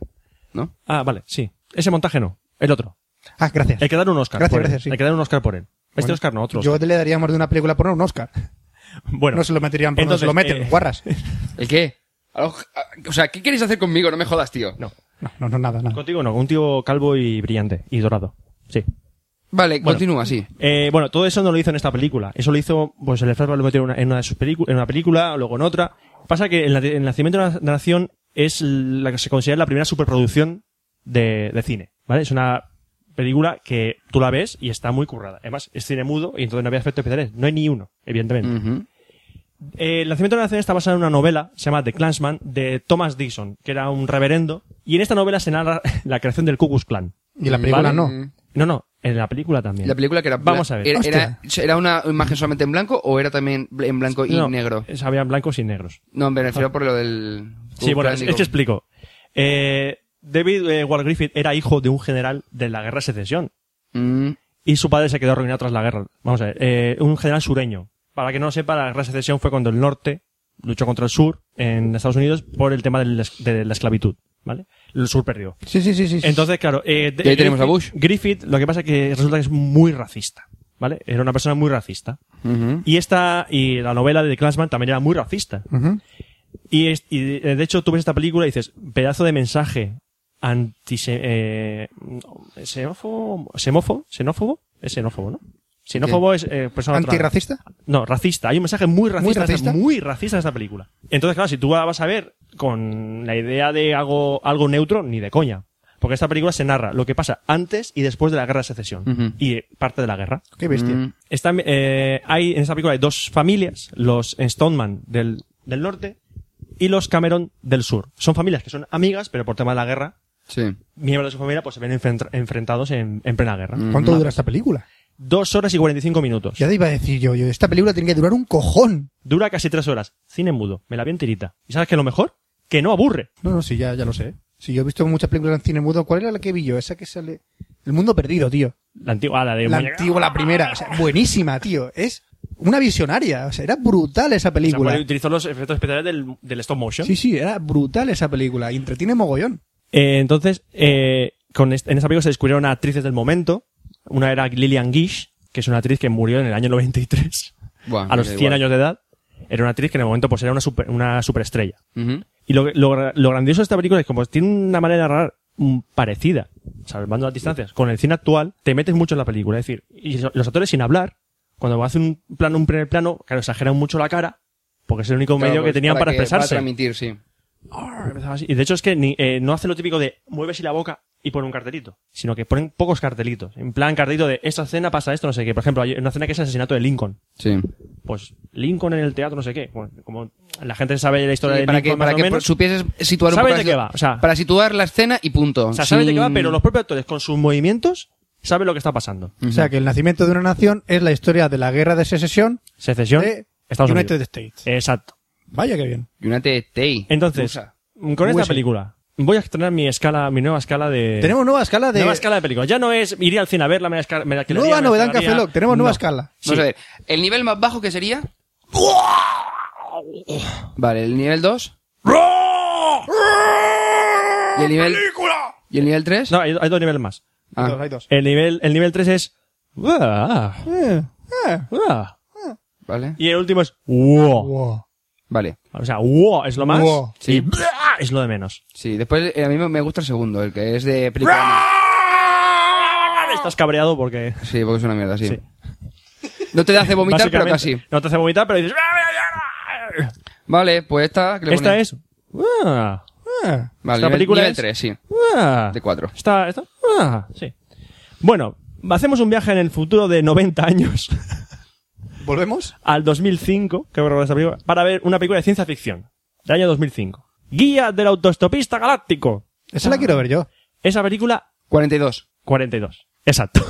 A: ¿No?
B: Ah, vale, sí. Ese montaje no, el otro.
E: Ah, gracias.
B: Hay que dar un Oscar.
E: Gracias,
B: por él.
E: gracias, sí.
B: Hay que dar un Oscar por él. Este
E: Bueno,
B: Oscar no, otro.
E: Yo le daría más de una película porno a un Oscar.
B: Oscar. Bueno,
E: no se lo meterían por no
B: entonces,
E: se lo meten,
B: eh,
E: guarras.
A: ¿El qué? Algo- ah, O sea, ¿qué queréis hacer conmigo? No me jodas, tío.
B: no.
E: No, no, no, nada, nada.
B: Contigo no, un tío calvo y brillante y dorado. Sí.
A: Vale,
B: Bueno.
A: continúa, sí.
B: Eh, bueno, todo eso no lo hizo en esta película. Eso lo hizo, pues el Flashback lo metió en una, en una de sus películas, en una película, luego en otra. Pasa que el, na- el nacimiento de la de la nación es la que se considera la primera superproducción de, de cine, ¿vale? Es una película que tú la ves y está muy currada. Además, es cine mudo y entonces no había efectos especiales. No hay ni uno, evidentemente.
A: Ujú.
B: Eh, el nacimiento de la nación está basada en una novela, se llama The Clansman, de Thomas Dixon, que era un reverendo, y en esta novela se narra la creación del Ku Klux Klan.
E: Y la película
B: Vale.
E: no.
B: No, no, En la película también.
A: La película que era...
B: Vamos a ver.
A: Era, era-
E: Hostia.
A: era una imagen solamente en blanco o era también bl- en blanco y
B: No,
A: negro?
B: es- Había blancos y negros.
A: No, me refiero por lo del...
B: Sí, bueno, es,
A: Ucranico.
B: es que explico. Eh, David eh, Ward Griffith era hijo de un general de la Guerra de Secesión.
A: Mm,
B: y su padre se quedó arruinado tras la guerra. Vamos a ver, eh, un general sureño. Para que no lo sepa, la guerra de secesión fue cuando el norte luchó contra el sur en Estados Unidos por el tema del es- de la esclavitud, ¿vale? El sur perdió.
E: Sí, sí, sí, sí.
B: Entonces, claro, eh, de-
A: Y ahí tenemos a Bush.
B: Griffith, lo que pasa es que resulta que es muy racista, ¿vale? Era una persona muy racista.
A: ujú.
B: Y esta, y la novela de The Clansman también era muy racista.
E: Ujú.
B: Y, es- y, eh, de hecho tú ves esta película y dices, pedazo de mensaje antise eh, xenófobo, xenófobo, xenófobo, es xenófobo, ¿no? Xenófobo es eh, persona otra-
E: ¿Antirracista?
B: No, racista. Hay un mensaje muy racista, en esta-
E: racista?
B: muy racista en esta película. Entonces, claro, si tú la vas a ver con la idea de algo, algo neutro, ni de coña. Porque esta película se narra lo que pasa antes y después de la guerra de secesión.
A: Ujú.
B: Y eh, parte de la guerra.
E: Qué bestia.
A: Mm.
B: Está, eh, hay, en esta película hay dos familias, los Stoneman del, del norte y los Cameron del sur. Son familias que son amigas, pero por tema de la guerra,
A: Sí.
B: miembros de su familia pues se ven enfren- enfrentados en, en plena guerra.
F: Mm.
E: ¿Cuánto dura esta película?
B: Dos horas y cuarenta y cinco minutos.
E: Ya te iba a decir yo, yo, esta película tiene que durar un cojón.
B: Dura casi tres horas. Cine mudo. Me la vi enterita. ¿Y sabes qué es lo mejor? Que no aburre.
E: No, no, sí, ya, ya lo sé. Sí, yo he visto muchas películas en cine mudo. ¿Cuál era la que vi yo? Esa que sale... El mundo perdido, tío.
B: La antigua, ah, la de...
E: La
B: muñeca-
E: antigua, la primera. O sea, buenísima, tío. Es una visionaria. O sea, era brutal esa
B: O sea,
E: película.
B: bueno, utilizó los efectos especiales del, del stop motion.
E: Sí, sí, era brutal esa película. Y entretiene mogollón.
B: Eh, entonces, eh, con est- en esa película se descubrieron actrices del momento. Una era Lillian Gish, que es una actriz que murió en el año 93,
A: Buah,
E: Ah,
B: a los
A: da
B: 100
A: igual.
B: años de edad. Era una actriz que en el momento pues era una, super- una superestrella.
A: Ujú.
B: Y lo, lo, lo grandioso de esta película es que como tiene una manera de narrar mm, parecida, salvando las distancias, con el cine actual, te metes mucho en la película. Es decir, y so- los actores sin hablar, cuando hacen un plano, un primer plano, claro, exageran mucho la cara, porque es el único
A: Claro,
B: medio
A: pues,
B: que tenían para,
A: que-
B: expresarse.
A: transmitir, sí.
B: Arr, empezaba así. Y de hecho es que ni- eh, no hace lo típico de mueves y la boca y pone un cartelito, sino que ponen pocos cartelitos. En plan, cartelito de esta escena pasa esto, no sé qué. Por ejemplo, hay una escena que es el asesinato de Lincoln.
A: Sí.
B: Pues Lincoln en el teatro, no sé qué. Bueno, como la gente sabe la historia
A: Sí,
B: de
A: para que,
B: Lincoln
A: para
B: más o
A: que
B: menos,
A: supieses situar un
B: ¿Sabes
A: poco la
B: de qué
A: situ-
B: va? O sea-
A: para situar la escena y punto. Mm.
B: o sea, saben de qué va,
A: Sin-
B: pero
E: Mm.
B: los propios actores con sus movimientos saben lo que está pasando.
E: O sea, que el nacimiento de una nación es la historia de la guerra de secesión
B: Secesión,
E: de
B: Estados
E: United
B: Unidos.
E: States.
B: Exacto.
E: Vaya que bien.
A: Y una TTI.
B: Entonces,
A: Rusa.
B: con esta
E: USA.
B: película, voy a estrenar mi escala, mi nueva escala de...
E: Tenemos nueva escala de...
B: Nueva escala de películas. Ya no es iría al cine a verla, me la escala- me la alquilaría,
E: Nueva
B: me la
E: novedad en
B: alquilaría.
E: Café Lock. Tenemos nueva
B: No.
E: escala.
A: Vamos a ver. El nivel más bajo que sería. Vale, el nivel 2. Y el nivel. ¿Y el nivel 3?
B: No, hay, hay dos niveles más.
A: Ah.
E: Dos, hay dos.
B: El nivel, el nivel 3 es... "Uah,
E: Eh, eh,
B: uah".
A: Vale.
B: Y el último es... "Wow".
E: wow.
A: Vale.
B: O sea, wow es lo más
E: Wow.
B: y "Bua" es lo de menos.
A: Sí, después eh, a mí me- me gusta el segundo, el que es de película.
E: ¡Ah!
B: Estás cabreado porque...
A: Sí, porque es una mierda, sí.
B: Sí.
A: No te hace vomitar, pero
B: básicamente,
A: casi.
B: No te hace vomitar, pero dices... "Ah,
A: Vale, pues esta. que le
B: Esta
A: ponen-
B: es... Ah, "Uah,
E: Eh.
A: Vale,
B: esta
A: nivel,
B: película
A: nivel
B: es-
A: 3, sí.
B: uah".
A: De 4.
B: Está, está. Ah, sí. Bueno, hacemos un viaje en el futuro de 90 años
E: ¿Volvemos?
B: al 2005, que recuerdo esta película, para ver una película de ciencia ficción del año 2005. Guía del autostopista galáctico.
E: Esa la quiero ver yo.
B: Esa película
A: 42.
B: 42. Exacto.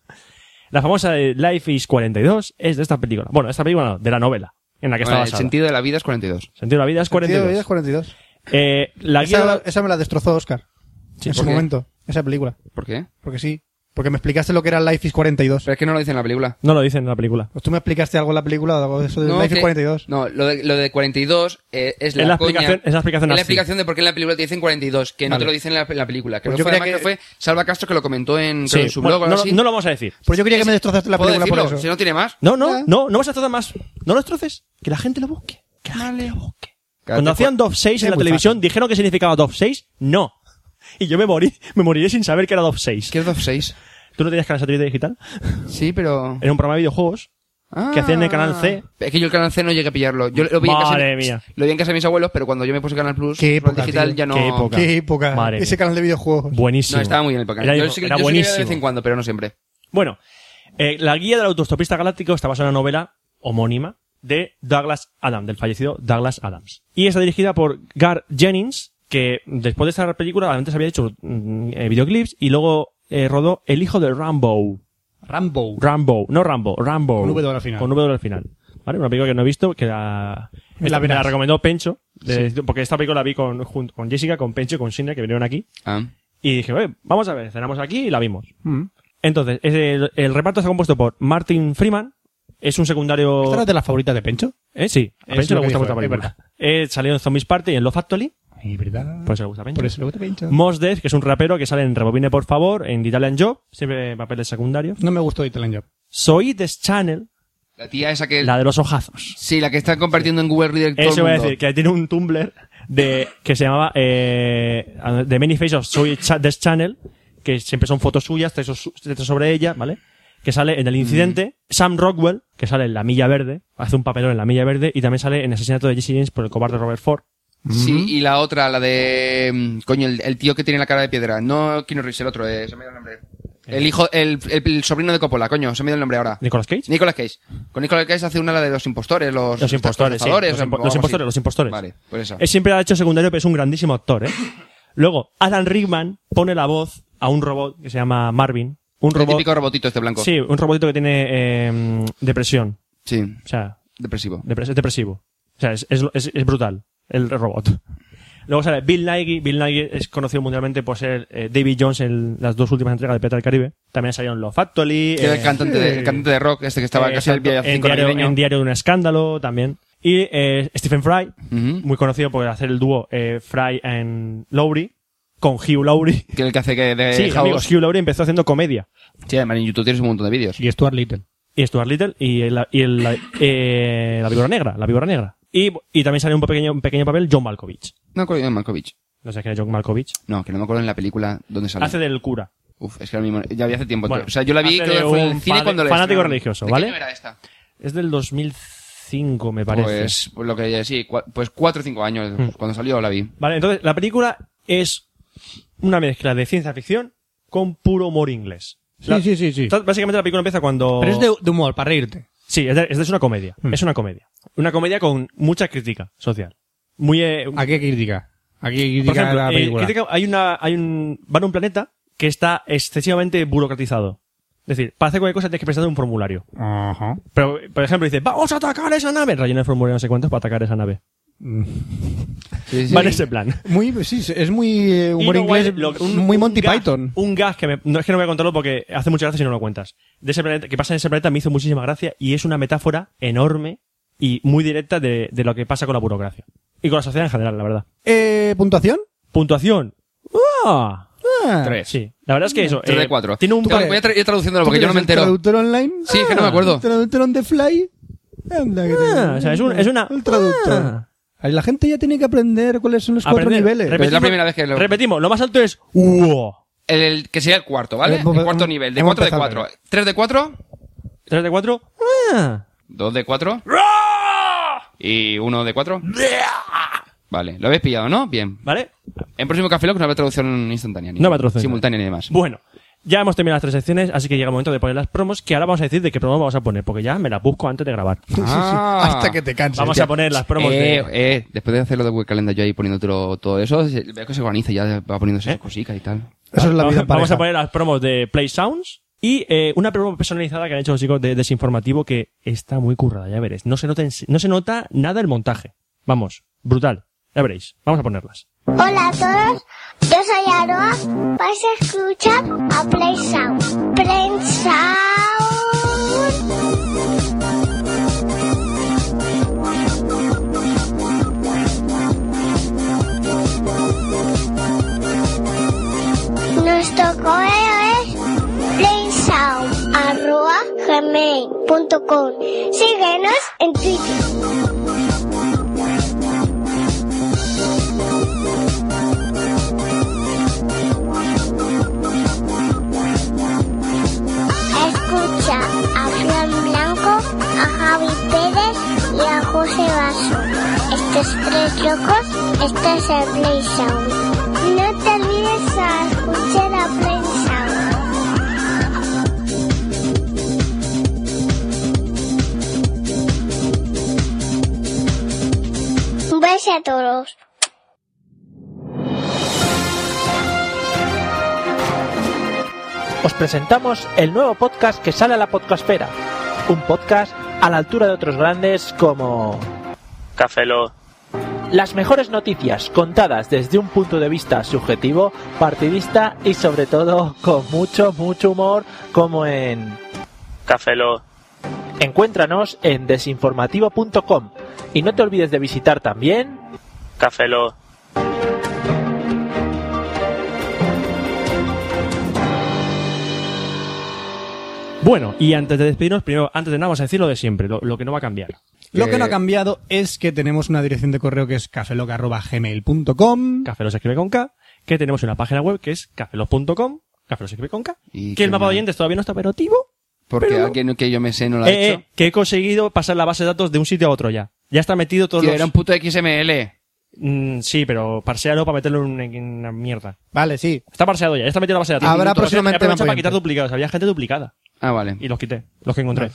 B: la famosa de Life is 42 es de esta película. Bueno, esta película no, de la novela en la que está
A: Bueno, el
B: basada.
A: sentido de la vida es 42.
B: Sentido de la vida es 42.
E: Tío, ella es 42.
B: Eh, la guía de
E: Esa,
B: la-
E: esa me la destrozó Oscar. en su
A: ¿por qué?
E: momento. Esa película.
A: ¿Por qué?
E: Porque sí. Porque me explicaste lo que era Life is 42.
A: Pero es que no lo dice en la película.
B: No lo dicen en la película.
E: Pues tú me explicaste algo en la película algo de eso de Life
A: que-
E: is 42.
A: No, lo de, lo de 42 eh, es la,
B: Es la
A: coña-
B: explicación- es la explicación
A: es
B: así.
A: la explicación de por qué en la película te dicen 42, que no
B: Vale.
A: te lo dicen en la, en la película. Creo
E: Pues
A: que
E: yo
A: fue,
E: creía
A: además,
E: que-
A: que fue Salva Castro que lo comentó en, creo
B: Sí,
A: en su
B: bueno,
A: blog o
B: no,
A: algo
B: lo-
A: así.
B: no lo vamos a decir.
E: Pues yo quería que me destrozaste la
A: ¿Puedo
E: película por
A: decirlo?
E: eso.
A: Si no tiene más.
B: No, no,
E: Ya.
B: no, no vas a tratar más. No los troces. Que la gente lo busque. Que la gente lo busque.
A: Cada
B: Cuando
A: vez
B: hacían DOF 6
E: Es
B: en la
E: muy
B: televisión, dijeron que significaba DOF 6. No. Y yo me morí, me moriré sin saber que era DOF 6.
A: ¿Qué es 26?
B: ¿Tú no tenías canal satélite digital?
A: Sí, pero... ah.
B: Era un programa de videojuegos. que hacían en el canal C.
A: Es que yo el canal C no llegué a pillarlo. Yo lo vi en casa,
B: Madre mía.
A: Lo vi en casa de mis abuelos, pero cuando yo me puse Canal Plus,
E: Qué
A: el
E: época,
A: digital
E: tío.
A: ya no...
B: Qué época.
E: Qué época.
B: Madre
E: Ese
B: mía.
E: canal de videojuegos.
B: Buenísimo.
A: No, estaba muy bien el podcast.
B: Era,
A: yo sí que- yo sí que veía
B: era
A: de
B: buenísimo.
A: vez en cuando, pero no siempre.
B: Bueno, eh, la guía del autostopista galáctico está basada en una novela homónima de Douglas Adams, del fallecido Douglas Adams. Y está dirigida por Gar Jennings, que después de esta película antes había hecho mm, eh, videoclips y luego eh, rodó El hijo de Rambo.
E: Rambo.
B: Rambo, no Rambo, Rambo.
E: Con W al final.
B: Con W al final. ¿Vale? Una película que no he visto, que la, esta- me la
E: verás.
B: recomendó Pencho, de- porque esta película la vi con, junto con Jessica, con Pencho y con Sina, que vinieron aquí.
A: Ah.
B: Y dije, "Oye, vamos a ver, cenamos aquí y la vimos. Entonces, es el, el reparto está compuesto por Martin Freeman, es un secundario...
E: ¿Esta no es de las favoritas de Pencho?
B: ¿Eh? Sí, a
E: Es
B: Pencho le
E: lo que
B: gusta
E: dijo,
B: mucho la
E: es
B: película. Eh, salió en Zombies Party y en Love Factory,
E: Es verdad.
B: por eso le gusta a Pencho.
E: Por eso le gusta Pencho.
B: Mos Def, que es un rapero que sale en Rebobine, por favor, en Italian Job, siempre papeles secundarios.
E: No me gustó Italian Job.
B: Soy This Channel,
A: La tía esa que...
B: la de los ojazos.
A: Sí, la que está compartiendo en Google Reader todo
B: Eso
A: el
B: voy a
A: mundo.
B: decir, que tiene un Tumblr de, que se llamaba eh, The Many Faces of Soy Cha- This Channel, que siempre son fotos suyas, textos, su- textos sobre ella, ¿vale? Que sale en el incidente.
A: Mm.
B: Sam Rockwell, que sale en La Milla Verde, hace un papelón en La Milla Verde, y también sale en Asesinato de Jesse James por el cobarde Robert Ford.
A: Sí, y la otra, la de... mm, Coño, el, el tío que tiene la cara de piedra. No Keanu Reeves, el otro, eh, se me ha ido el nombre. El hijo, el, el- el sobrino de Coppola, coño, se me ha ido el nombre ahora.
B: Nicolas Cage.
A: Nicolas Cage. Con Nicolas Cage hace una la de los impostores, los...
B: Los impostores, sí.
A: cazadores,
B: Los impo-
A: o algo
B: los
A: así.
B: impostores, los impostores.
A: Vale, pues esa.
B: Él siempre ha hecho secundario, pero es un grandísimo actor, ¿eh? Luego, Alan Rickman pone la voz a un robot que se llama Marvin. Un
A: El
B: robot.
A: típico robotito este blanco.
B: Sí, un robotito que tiene eh, depresión.
A: Sí,
B: O sea,
A: depresivo.
B: depres- es depresivo. O sea, es, es- es- es brutal el robot. Luego sale Bill Nighy. Bill Nighy es conocido mundialmente por ser eh, David Jones en las dos últimas entregas de Pirata del Caribe. También salió en Love Factory.
A: Que era el
B: eh,
A: cantante, de, el cantante de rock, este que estaba
B: eh,
A: casi al
B: exacto, en
A: villancico
B: diario,
A: navideño.
B: en Diario de un Escándalo también. Y eh, Stephen Fry,
A: Ujú.
B: muy conocido por hacer el dúo eh, Fry and Lowry con Hugh Lowry.
A: Que el que hace que de
B: sí,
A: Eh, House.
B: amigos, Hugh Lowry empezó haciendo comedia.
A: Sí, además en YouTube tienes un montón de vídeos.
E: Y Stuart Little.
B: Y Stuart Little y, el- y el- la, eh, la víbora negra, la víbora negra. Y, y también sale un pequeño, un pequeño papel John Malkovich.
A: No me acuerdo de Malkovich.
B: No sé quién es John Malkovich.
A: No, que no me acuerdo en la película dónde sale.
B: Hace del cura.
A: Uf, es que ahora mismo, ya había hace tiempo.
B: Bueno,
A: o sea, yo la vi creo
B: hace
A: que
B: de
A: fue en
B: un
A: el cine
B: fan-
A: cuando la
B: fanático
A: estrenaron.
B: religioso,
A: ¿De qué
B: ¿vale?
A: año era esta?
B: Es del 2005, me parece.
A: Pues, pues lo que ya sí, cua- pues cuatro o cinco años.
B: Hmm.
A: Cuando salió la vi.
B: Vale, entonces la película es una mezcla de ciencia ficción con puro humor inglés. La-
E: Sí, sí, sí, sí.
B: Entonces, Básicamente la película empieza cuando...
E: Pero es de, de humor, para reírte.
B: Sí, es, de- es de- es una comedia.
E: Hmm.
B: Es una comedia. Una comedia con mucha crítica social. Muy... eh,
E: Aquí hay crítica. Aquí hay crítica
B: por ejemplo,
E: a la
B: eh,
E: película.
B: crítica- hay una, hay un, van a un planeta que está excesivamente burocratizado. Es decir, para hacer cualquier cosa tienes que presentar un formulario.
E: Ajá.
B: Pero, por ejemplo, dice, vamos a atacar esa nave. Rellena el formulario no sé cuántos para atacar esa nave.
A: Sí, sí.
B: Vale, ese plan.
F: Muy, sí, es muy eh, humor
B: Y no
F: inglés,
B: guay- lo- un-
F: muy
B: un
F: Monty
B: gag-
F: Python.
B: Un gas que me, no es que no voy a contarlo porque hace muchas gracias y no lo cuentas. De ese planeta, que pasa en ese planeta me hizo muchísima gracia y es una metáfora enorme y muy directa de, de lo que pasa con la burocracia. Y con la sociedad en general, la verdad.
F: Eh, ¿Puntuación?
B: Puntuación. ¡Ah!
F: Ah.
A: Tres.
B: Sí. La verdad es que eso.
A: Tres de cuatro.
B: eh, Tiene un
A: Claro, voy a tra- ir traduciéndolo porque
F: ¿Tú
A: yo no me
F: eres el
A: entero.
F: ¿Traductor online?
A: Sí, es que no me acuerdo.
F: ¿Traductor on the fly? Anda, que
B: Ah,
F: te-
B: o sea, es, un- es una.
F: El traductor.
B: Ah.
F: Ahí La gente ya tiene que aprender cuáles son los cuatro
B: Aprender.
F: niveles.
B: Repetimos-
A: Pero es la primera vez que lo-
B: Repetimos, lo más alto es. ¡Wow!
A: El, el que sería el cuarto, ¿vale? El
F: Hemos-
A: cuarto nivel. De
F: hemos
A: cuatro de
F: empezado
A: cuatro. Tres de cuatro.
B: 3 de 4.
A: Ah. Dos de cuatro. Y uno de cuatro. Vale, lo habéis pillado, ¿no? Bien.
B: ¿Vale?
A: En próximo Café Lock no habrá traducción instantánea. Ni
B: No habrá traducción.
A: Simultánea ni demás.
B: Bueno, ya hemos terminado las tres secciones, así que llega el momento de poner las promos, que ahora vamos a decir de qué promos vamos a poner, porque ya me las busco antes de grabar.
A: Ah.
F: Hasta que te canses.
B: Vamos
F: ya.
B: a poner las promos
A: eh,
B: de...
A: eh, después de hacerlo de web calendar yo ahí poniéndotelo todo eso, se- veo que se organiza ya, va poniéndose
B: ¿Eh?
A: sus cositas y tal.
F: Eso es la
B: vamos,
F: vida en
B: vamos
F: pareja.
B: a poner las promos de Play Sounds y eh, una promo personalizada que han hecho los chicos de Desinformativo que está muy currada, ya veréis. No se nota, en- no se nota nada el montaje. Vamos, brutal. Ya veréis. Vamos a ponerlas.
G: Hola a todos, yo soy Aroa. Vais a escuchar a Play Sound. Play Sound. Nuestro correo es playsound.gmail.com Síguenos en Twitter. Escucha a Fran Blanco, a Javi Pérez y a José Vaso. Estos tres locos, este es el Play Sound. No te olvides a escuchar a Play Sound. Un beso a todos.
H: os presentamos el nuevo podcast que sale a la podcastfera. Un podcast a la altura de otros grandes como...
I: Cafelo.
H: Las mejores noticias contadas desde un punto de vista subjetivo, partidista y sobre todo con mucho, mucho humor como en...
I: Cafelo.
H: Encuéntranos en desinformativo.com y no te olvides de visitar también...
I: Cafelo.
B: Bueno, y antes de despedirnos, primero, antes de nada, vamos a decir lo de siempre, lo, lo que no va a cambiar.
E: Lo que no ha cambiado es que tenemos una dirección de correo que es cafeloca.gmail.com.
B: Café los escribe con K, que tenemos una página web que es cafelos.com, café los escribe con K,
A: Y
B: que el
A: que
B: mapa
A: no-
B: de oyentes todavía no está operativo.
A: Porque
B: Pero-
A: alguien que yo me sé no lo ha
B: Eh,
A: hecho.
B: eh, que he conseguido pasar la base de datos de un sitio a otro ya. Ya está metido todos
A: Tío,
B: los...
A: era un puto XML.
B: Mm, sí, pero parsealo para meterlo en una, en una mierda.
F: Vale, sí.
B: Está parseado ya, ya está metido en la base de datos.
F: Habrá
B: Entonces,
F: próximamente
B: he aprovechado
F: más
B: para quitar
F: oyentes.
B: duplicados. Había gente duplicada.
A: Ah, vale.
B: Y los quité, los que encontré.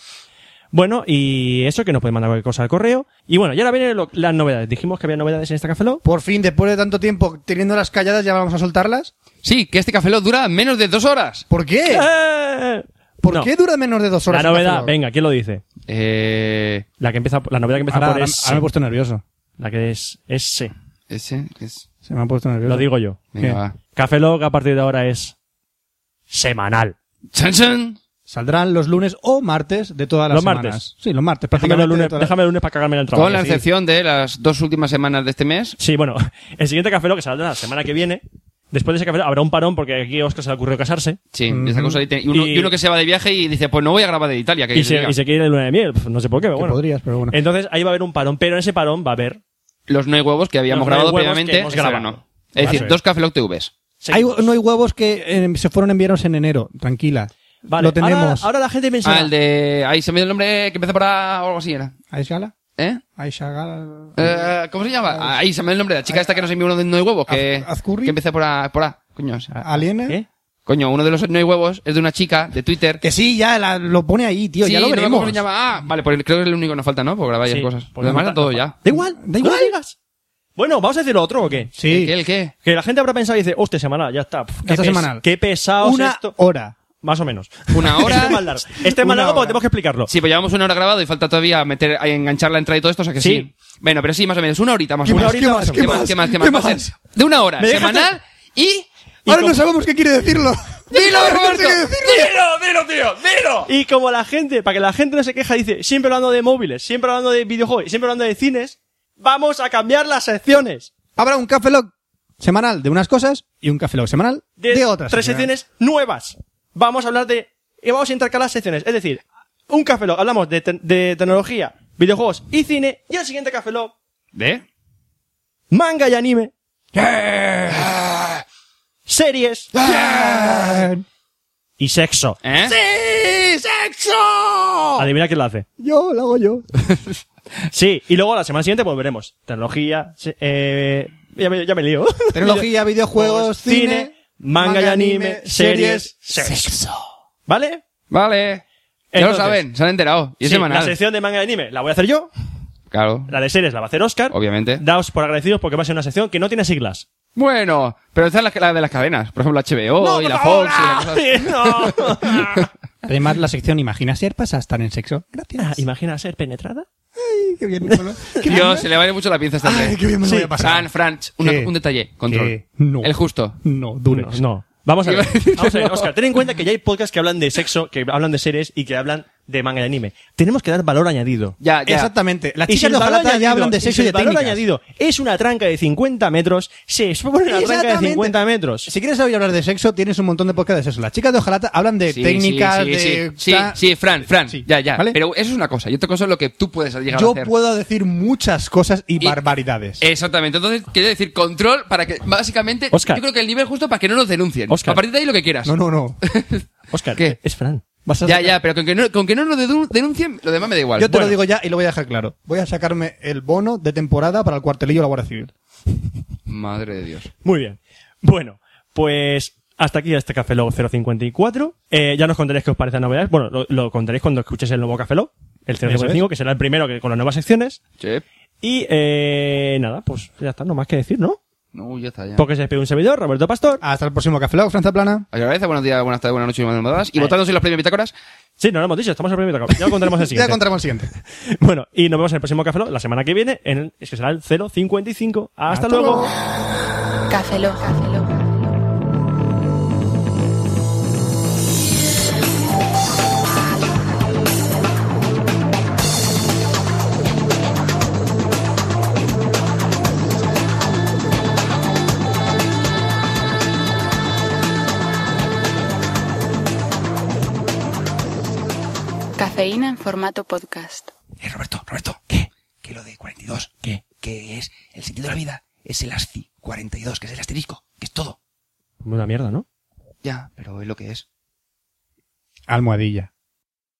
B: Bueno, y eso, que nos pueden mandar cualquier cosa al correo. Y bueno, y ahora vienen lo- las novedades. Dijimos que había novedades en esta Café Lock.
F: Por fin, después de tanto tiempo teniendo las calladas, ya vamos a soltarlas.
A: Sí, que este café lo dura menos de dos horas.
F: ¿Por qué?
B: ¡Eh!
F: ¿Por
B: No,
F: qué dura menos de dos horas?
B: La
F: un
B: novedad,
F: cafeloc?
B: venga, ¿quién lo dice?
A: Eh.
B: La que empieza, la novedad que empieza
E: Ahora,
B: por
E: ahora-
B: S.
E: ahora me he puesto nervioso.
B: La que es S.
A: Ese es.
E: Se me ha puesto nervioso.
B: Lo digo yo.
A: Venga,
E: ¿Qué?
A: va.
B: Café Lock a partir de ahora es semanal.
A: ¡Chan, chan!
E: Saldrán los lunes o martes de todas las
B: Los
E: semanas.
B: martes.
E: Sí, los martes.
B: Déjame
E: prácticamente
B: el lunes,
E: de todas las-
B: déjame el lunes para cagarme en el trabajo.
A: Con la
B: sí.
A: excepción de las dos últimas semanas de este mes.
B: Sí, bueno, el siguiente café lo que saldrá la semana que viene. Después de ese café Lock habrá un parón porque aquí a Oscar se le ocurrió casarse.
A: Sí, esa cosa. Y, te- y uno,
B: Y-
A: y uno que se va de viaje y dice, pues no voy a grabar de Italia. Que
B: Y
A: se
B: se,
A: diga.
B: y se quiere ir de luna de miel. Pf, No sé por qué, pero
F: Que
B: bueno.
F: podrías, pero bueno.
B: Entonces ahí va a haber un parón, pero en ese parón va a haber.
A: Los no hay huevos que habíamos
B: Los no hay
A: grabado
B: huevos que
A: previamente.
B: hemos
A: estaban,
B: grabado.
A: ¿no? Es
B: Eso
A: decir,
B: es.
A: dos Café Lock TVs.
F: Hay, no hay huevos que eh, se fueron enviados en enero, tranquila.
B: Vale,
F: Lo tenemos.
B: Ahora, ahora la gente pensará.
A: Ah, el de... Ahí se me dio el nombre que empieza por A o algo así, ¿era?
F: ¿Ahí se gala?
A: ¿Eh?
F: Ahí se gala.
A: Eh, ¿Cómo se llama? Ahí se me dio el nombre de la chica esta que nos envió uno de No hay huevos. Que,
F: Az- Azcurri. Ah.
A: que empieza por A. Por a. Coño, o sea,
F: ¿Aliena?
B: ¿Qué?
A: coño, uno de los No hay huevos es de una chica de Twitter.
F: Que sí, ya la- lo pone ahí, tío.
A: sí,
F: ya lo
A: no me acuerdo
F: veremos.
A: cómo se llama. Ah, vale, pues creo que es el único que nos falta, ¿no? Por grabar varias
B: Sí,
A: cosas. Lo
B: porque
A: demás
B: no
A: está todo ya.
B: Da igual, da igual. Bueno, vamos a decir lo otro o qué?
A: ¿El
F: sí,
A: qué? ¿El qué?
B: Que la gente habrá pensado y dice, hostia, semanal, ya está. Pf, qué
F: está
B: pes-
F: semanal.
B: Qué pesado
F: una
B: esto.
F: hora.
B: Más o menos.
A: Una
B: Este es más
A: hora.
B: largo. Este es más
F: Una
B: largo porque
F: hora.
B: tenemos que explicarlo.
A: Sí, pues llevamos una hora grabado y falta todavía meter, enganchar la entrada y todo esto, o sea que
B: Sí.
A: sí. Bueno, pero sí, más o menos. Una horita más o
F: ¿Qué
A: menos.
F: más, qué más,
A: ¿Qué más? ¿Qué más? ¿Qué más? Va a ser De una hora
B: ¿Me dejas
A: semanal y...
F: Ahora no sabemos qué quiere decirlo.
A: ¡Dilo, Roberto!
B: ¡Dilo, dilo, tío! ¡Dilo! Y como la gente, para que la gente no se queja, dice, siempre hablando de móviles, siempre hablando de videojuegos, siempre hablando de cines, vamos a cambiar las secciones.
E: Habrá un cafeloc semanal de unas cosas y un cafeloc semanal de,
B: De,
E: otras.
B: tres secciones nuevas. Vamos a hablar de... Y vamos a intercalar las secciones. Es decir, un café Lock hablamos de, te- de tecnología, videojuegos y cine, y el siguiente café Lock,
A: ¿De?
B: manga y anime. Series. Y sexo.
A: ¿Eh?
B: Adivina quién lo hace.
F: Yo lo hago yo.
B: Sí, y luego la semana siguiente volveremos. Tecnología, se- eh, ya, me, ya me lío.
F: Tecnología, videojuegos, cine,
B: manga, y anime, series, sexo. ¿Vale?
A: Vale. Ya
B: Entonces,
A: lo saben, se han enterado. Y es
B: Sí,
A: semanal.
B: La sección de manga y anime la voy a hacer yo.
A: Claro,
B: La de series la va a hacer Oscar.
A: obviamente.
B: Daos por agradecidos porque va a ser una sección que no tiene siglas.
A: Bueno, pero esa es la, la de las cadenas. Por ejemplo, la HBO Oh, y la Fox y la cosa-
B: no.
E: Además, la sección Imagina ser pasa a estar en sexo.
B: Ah, Imagina ser penetrada.
F: Qué bien, Nicolás. Qué
A: Dios, se le va a ir mucho la pinza a este hombre.
F: Ay, qué bien me lo voy a pasar.
A: Fran, Fran, una-
E: ¿Qué?
A: un detalle. Control.
E: ¿Qué? No.
A: El justo.
E: No, Durex.
B: Pues No, no. Vamos a
A: Pues Iba
B: ver.
A: a decir
B: Vamos a ver,
A: no.
B: Oscar, ten en cuenta que ya hay podcasts que hablan de sexo, que hablan de series y que hablan de manga y anime. Tenemos que dar valor añadido.
A: Ya, ya.
F: Exactamente. Las
B: Y si
F: chicas
B: el
F: de
B: valor
F: Ojalata
B: añadido-
F: ya hablan de sexo
B: si
F: y de
B: el valor
F: técnicas.
B: añadido es una tranca de 50 metros, se expone una tranca de
F: Exactamente.
B: 50 metros.
F: Si quieres saber hablar de sexo, tienes un montón de podcasts de sexo. Las chicas de Ojalata hablan de
A: Sí,
F: técnicas,
A: sí, sí,
F: de...
A: Sí, sí,
F: ta-
A: sí, Fran, Fran.
F: Sí.
A: Ya, ya.
F: ¿Vale?
A: Pero eso es una cosa. Y otra cosa es lo que tú puedes llegar a
F: Yo
A: hacer.
F: puedo decir muchas cosas y,
A: Y-
F: barbaridades.
A: Exactamente. Entonces, quiero decir, control para que, básicamente,
B: Oscar.
A: yo creo que el nivel justo para que no nos denuncien.
B: Oscar.
A: A partir de ahí lo que quieras.
F: No, no, no.
B: Oscar,
A: ¿Qué?
B: es Fran.
F: Vas a
A: Ya,
F: sacar-
A: ya, pero con que no, con que no nos dedu- denuncien, lo demás me da igual.
F: Yo te
B: Bueno.
F: lo digo ya y lo voy a dejar claro. Voy a sacarme el bono de temporada para el cuartelillo de la Guardia Civil.
A: Madre de Dios.
B: Muy bien. Bueno, pues hasta aquí este Café Log 054. Eh, ya nos contaréis qué os parecen las novedades. Bueno, lo, lo contaréis cuando escuchéis el nuevo Café Log, el 055, que será el primero que, con las nuevas secciones.
A: Che.
B: Y eh, nada, pues ya está, no más que decir, ¿no?
A: Uy, ya está, ya.
B: Porque se despide un servidor, Roberto Pastor.
E: Hasta el próximo Café Lock, Franza Plana.
A: Agradece, buenos días, buenas tardes, buenas noches y buenas madrugadas. Y votando si los premios Bitácoras.
B: Sí, no lo hemos dicho, estamos en el primer tacón. Ya lo contaremos en el
E: Ya
B: siguiente.
E: contaremos el siguiente.
B: Bueno, y nos vemos en el próximo Café Lock la semana que viene, en el, es que será el 055. Hasta, luego.
D: Café Lock. Cafeína en formato podcast.
F: Eh, Roberto, Roberto. ¿Qué? Que lo de 42. ¿Qué? Que es el sentido de la vida. Es el ASCII 42, que es el asterisco. Que es todo.
B: Una mierda, ¿no?
A: Ya, pero es lo que es.
E: Almohadilla.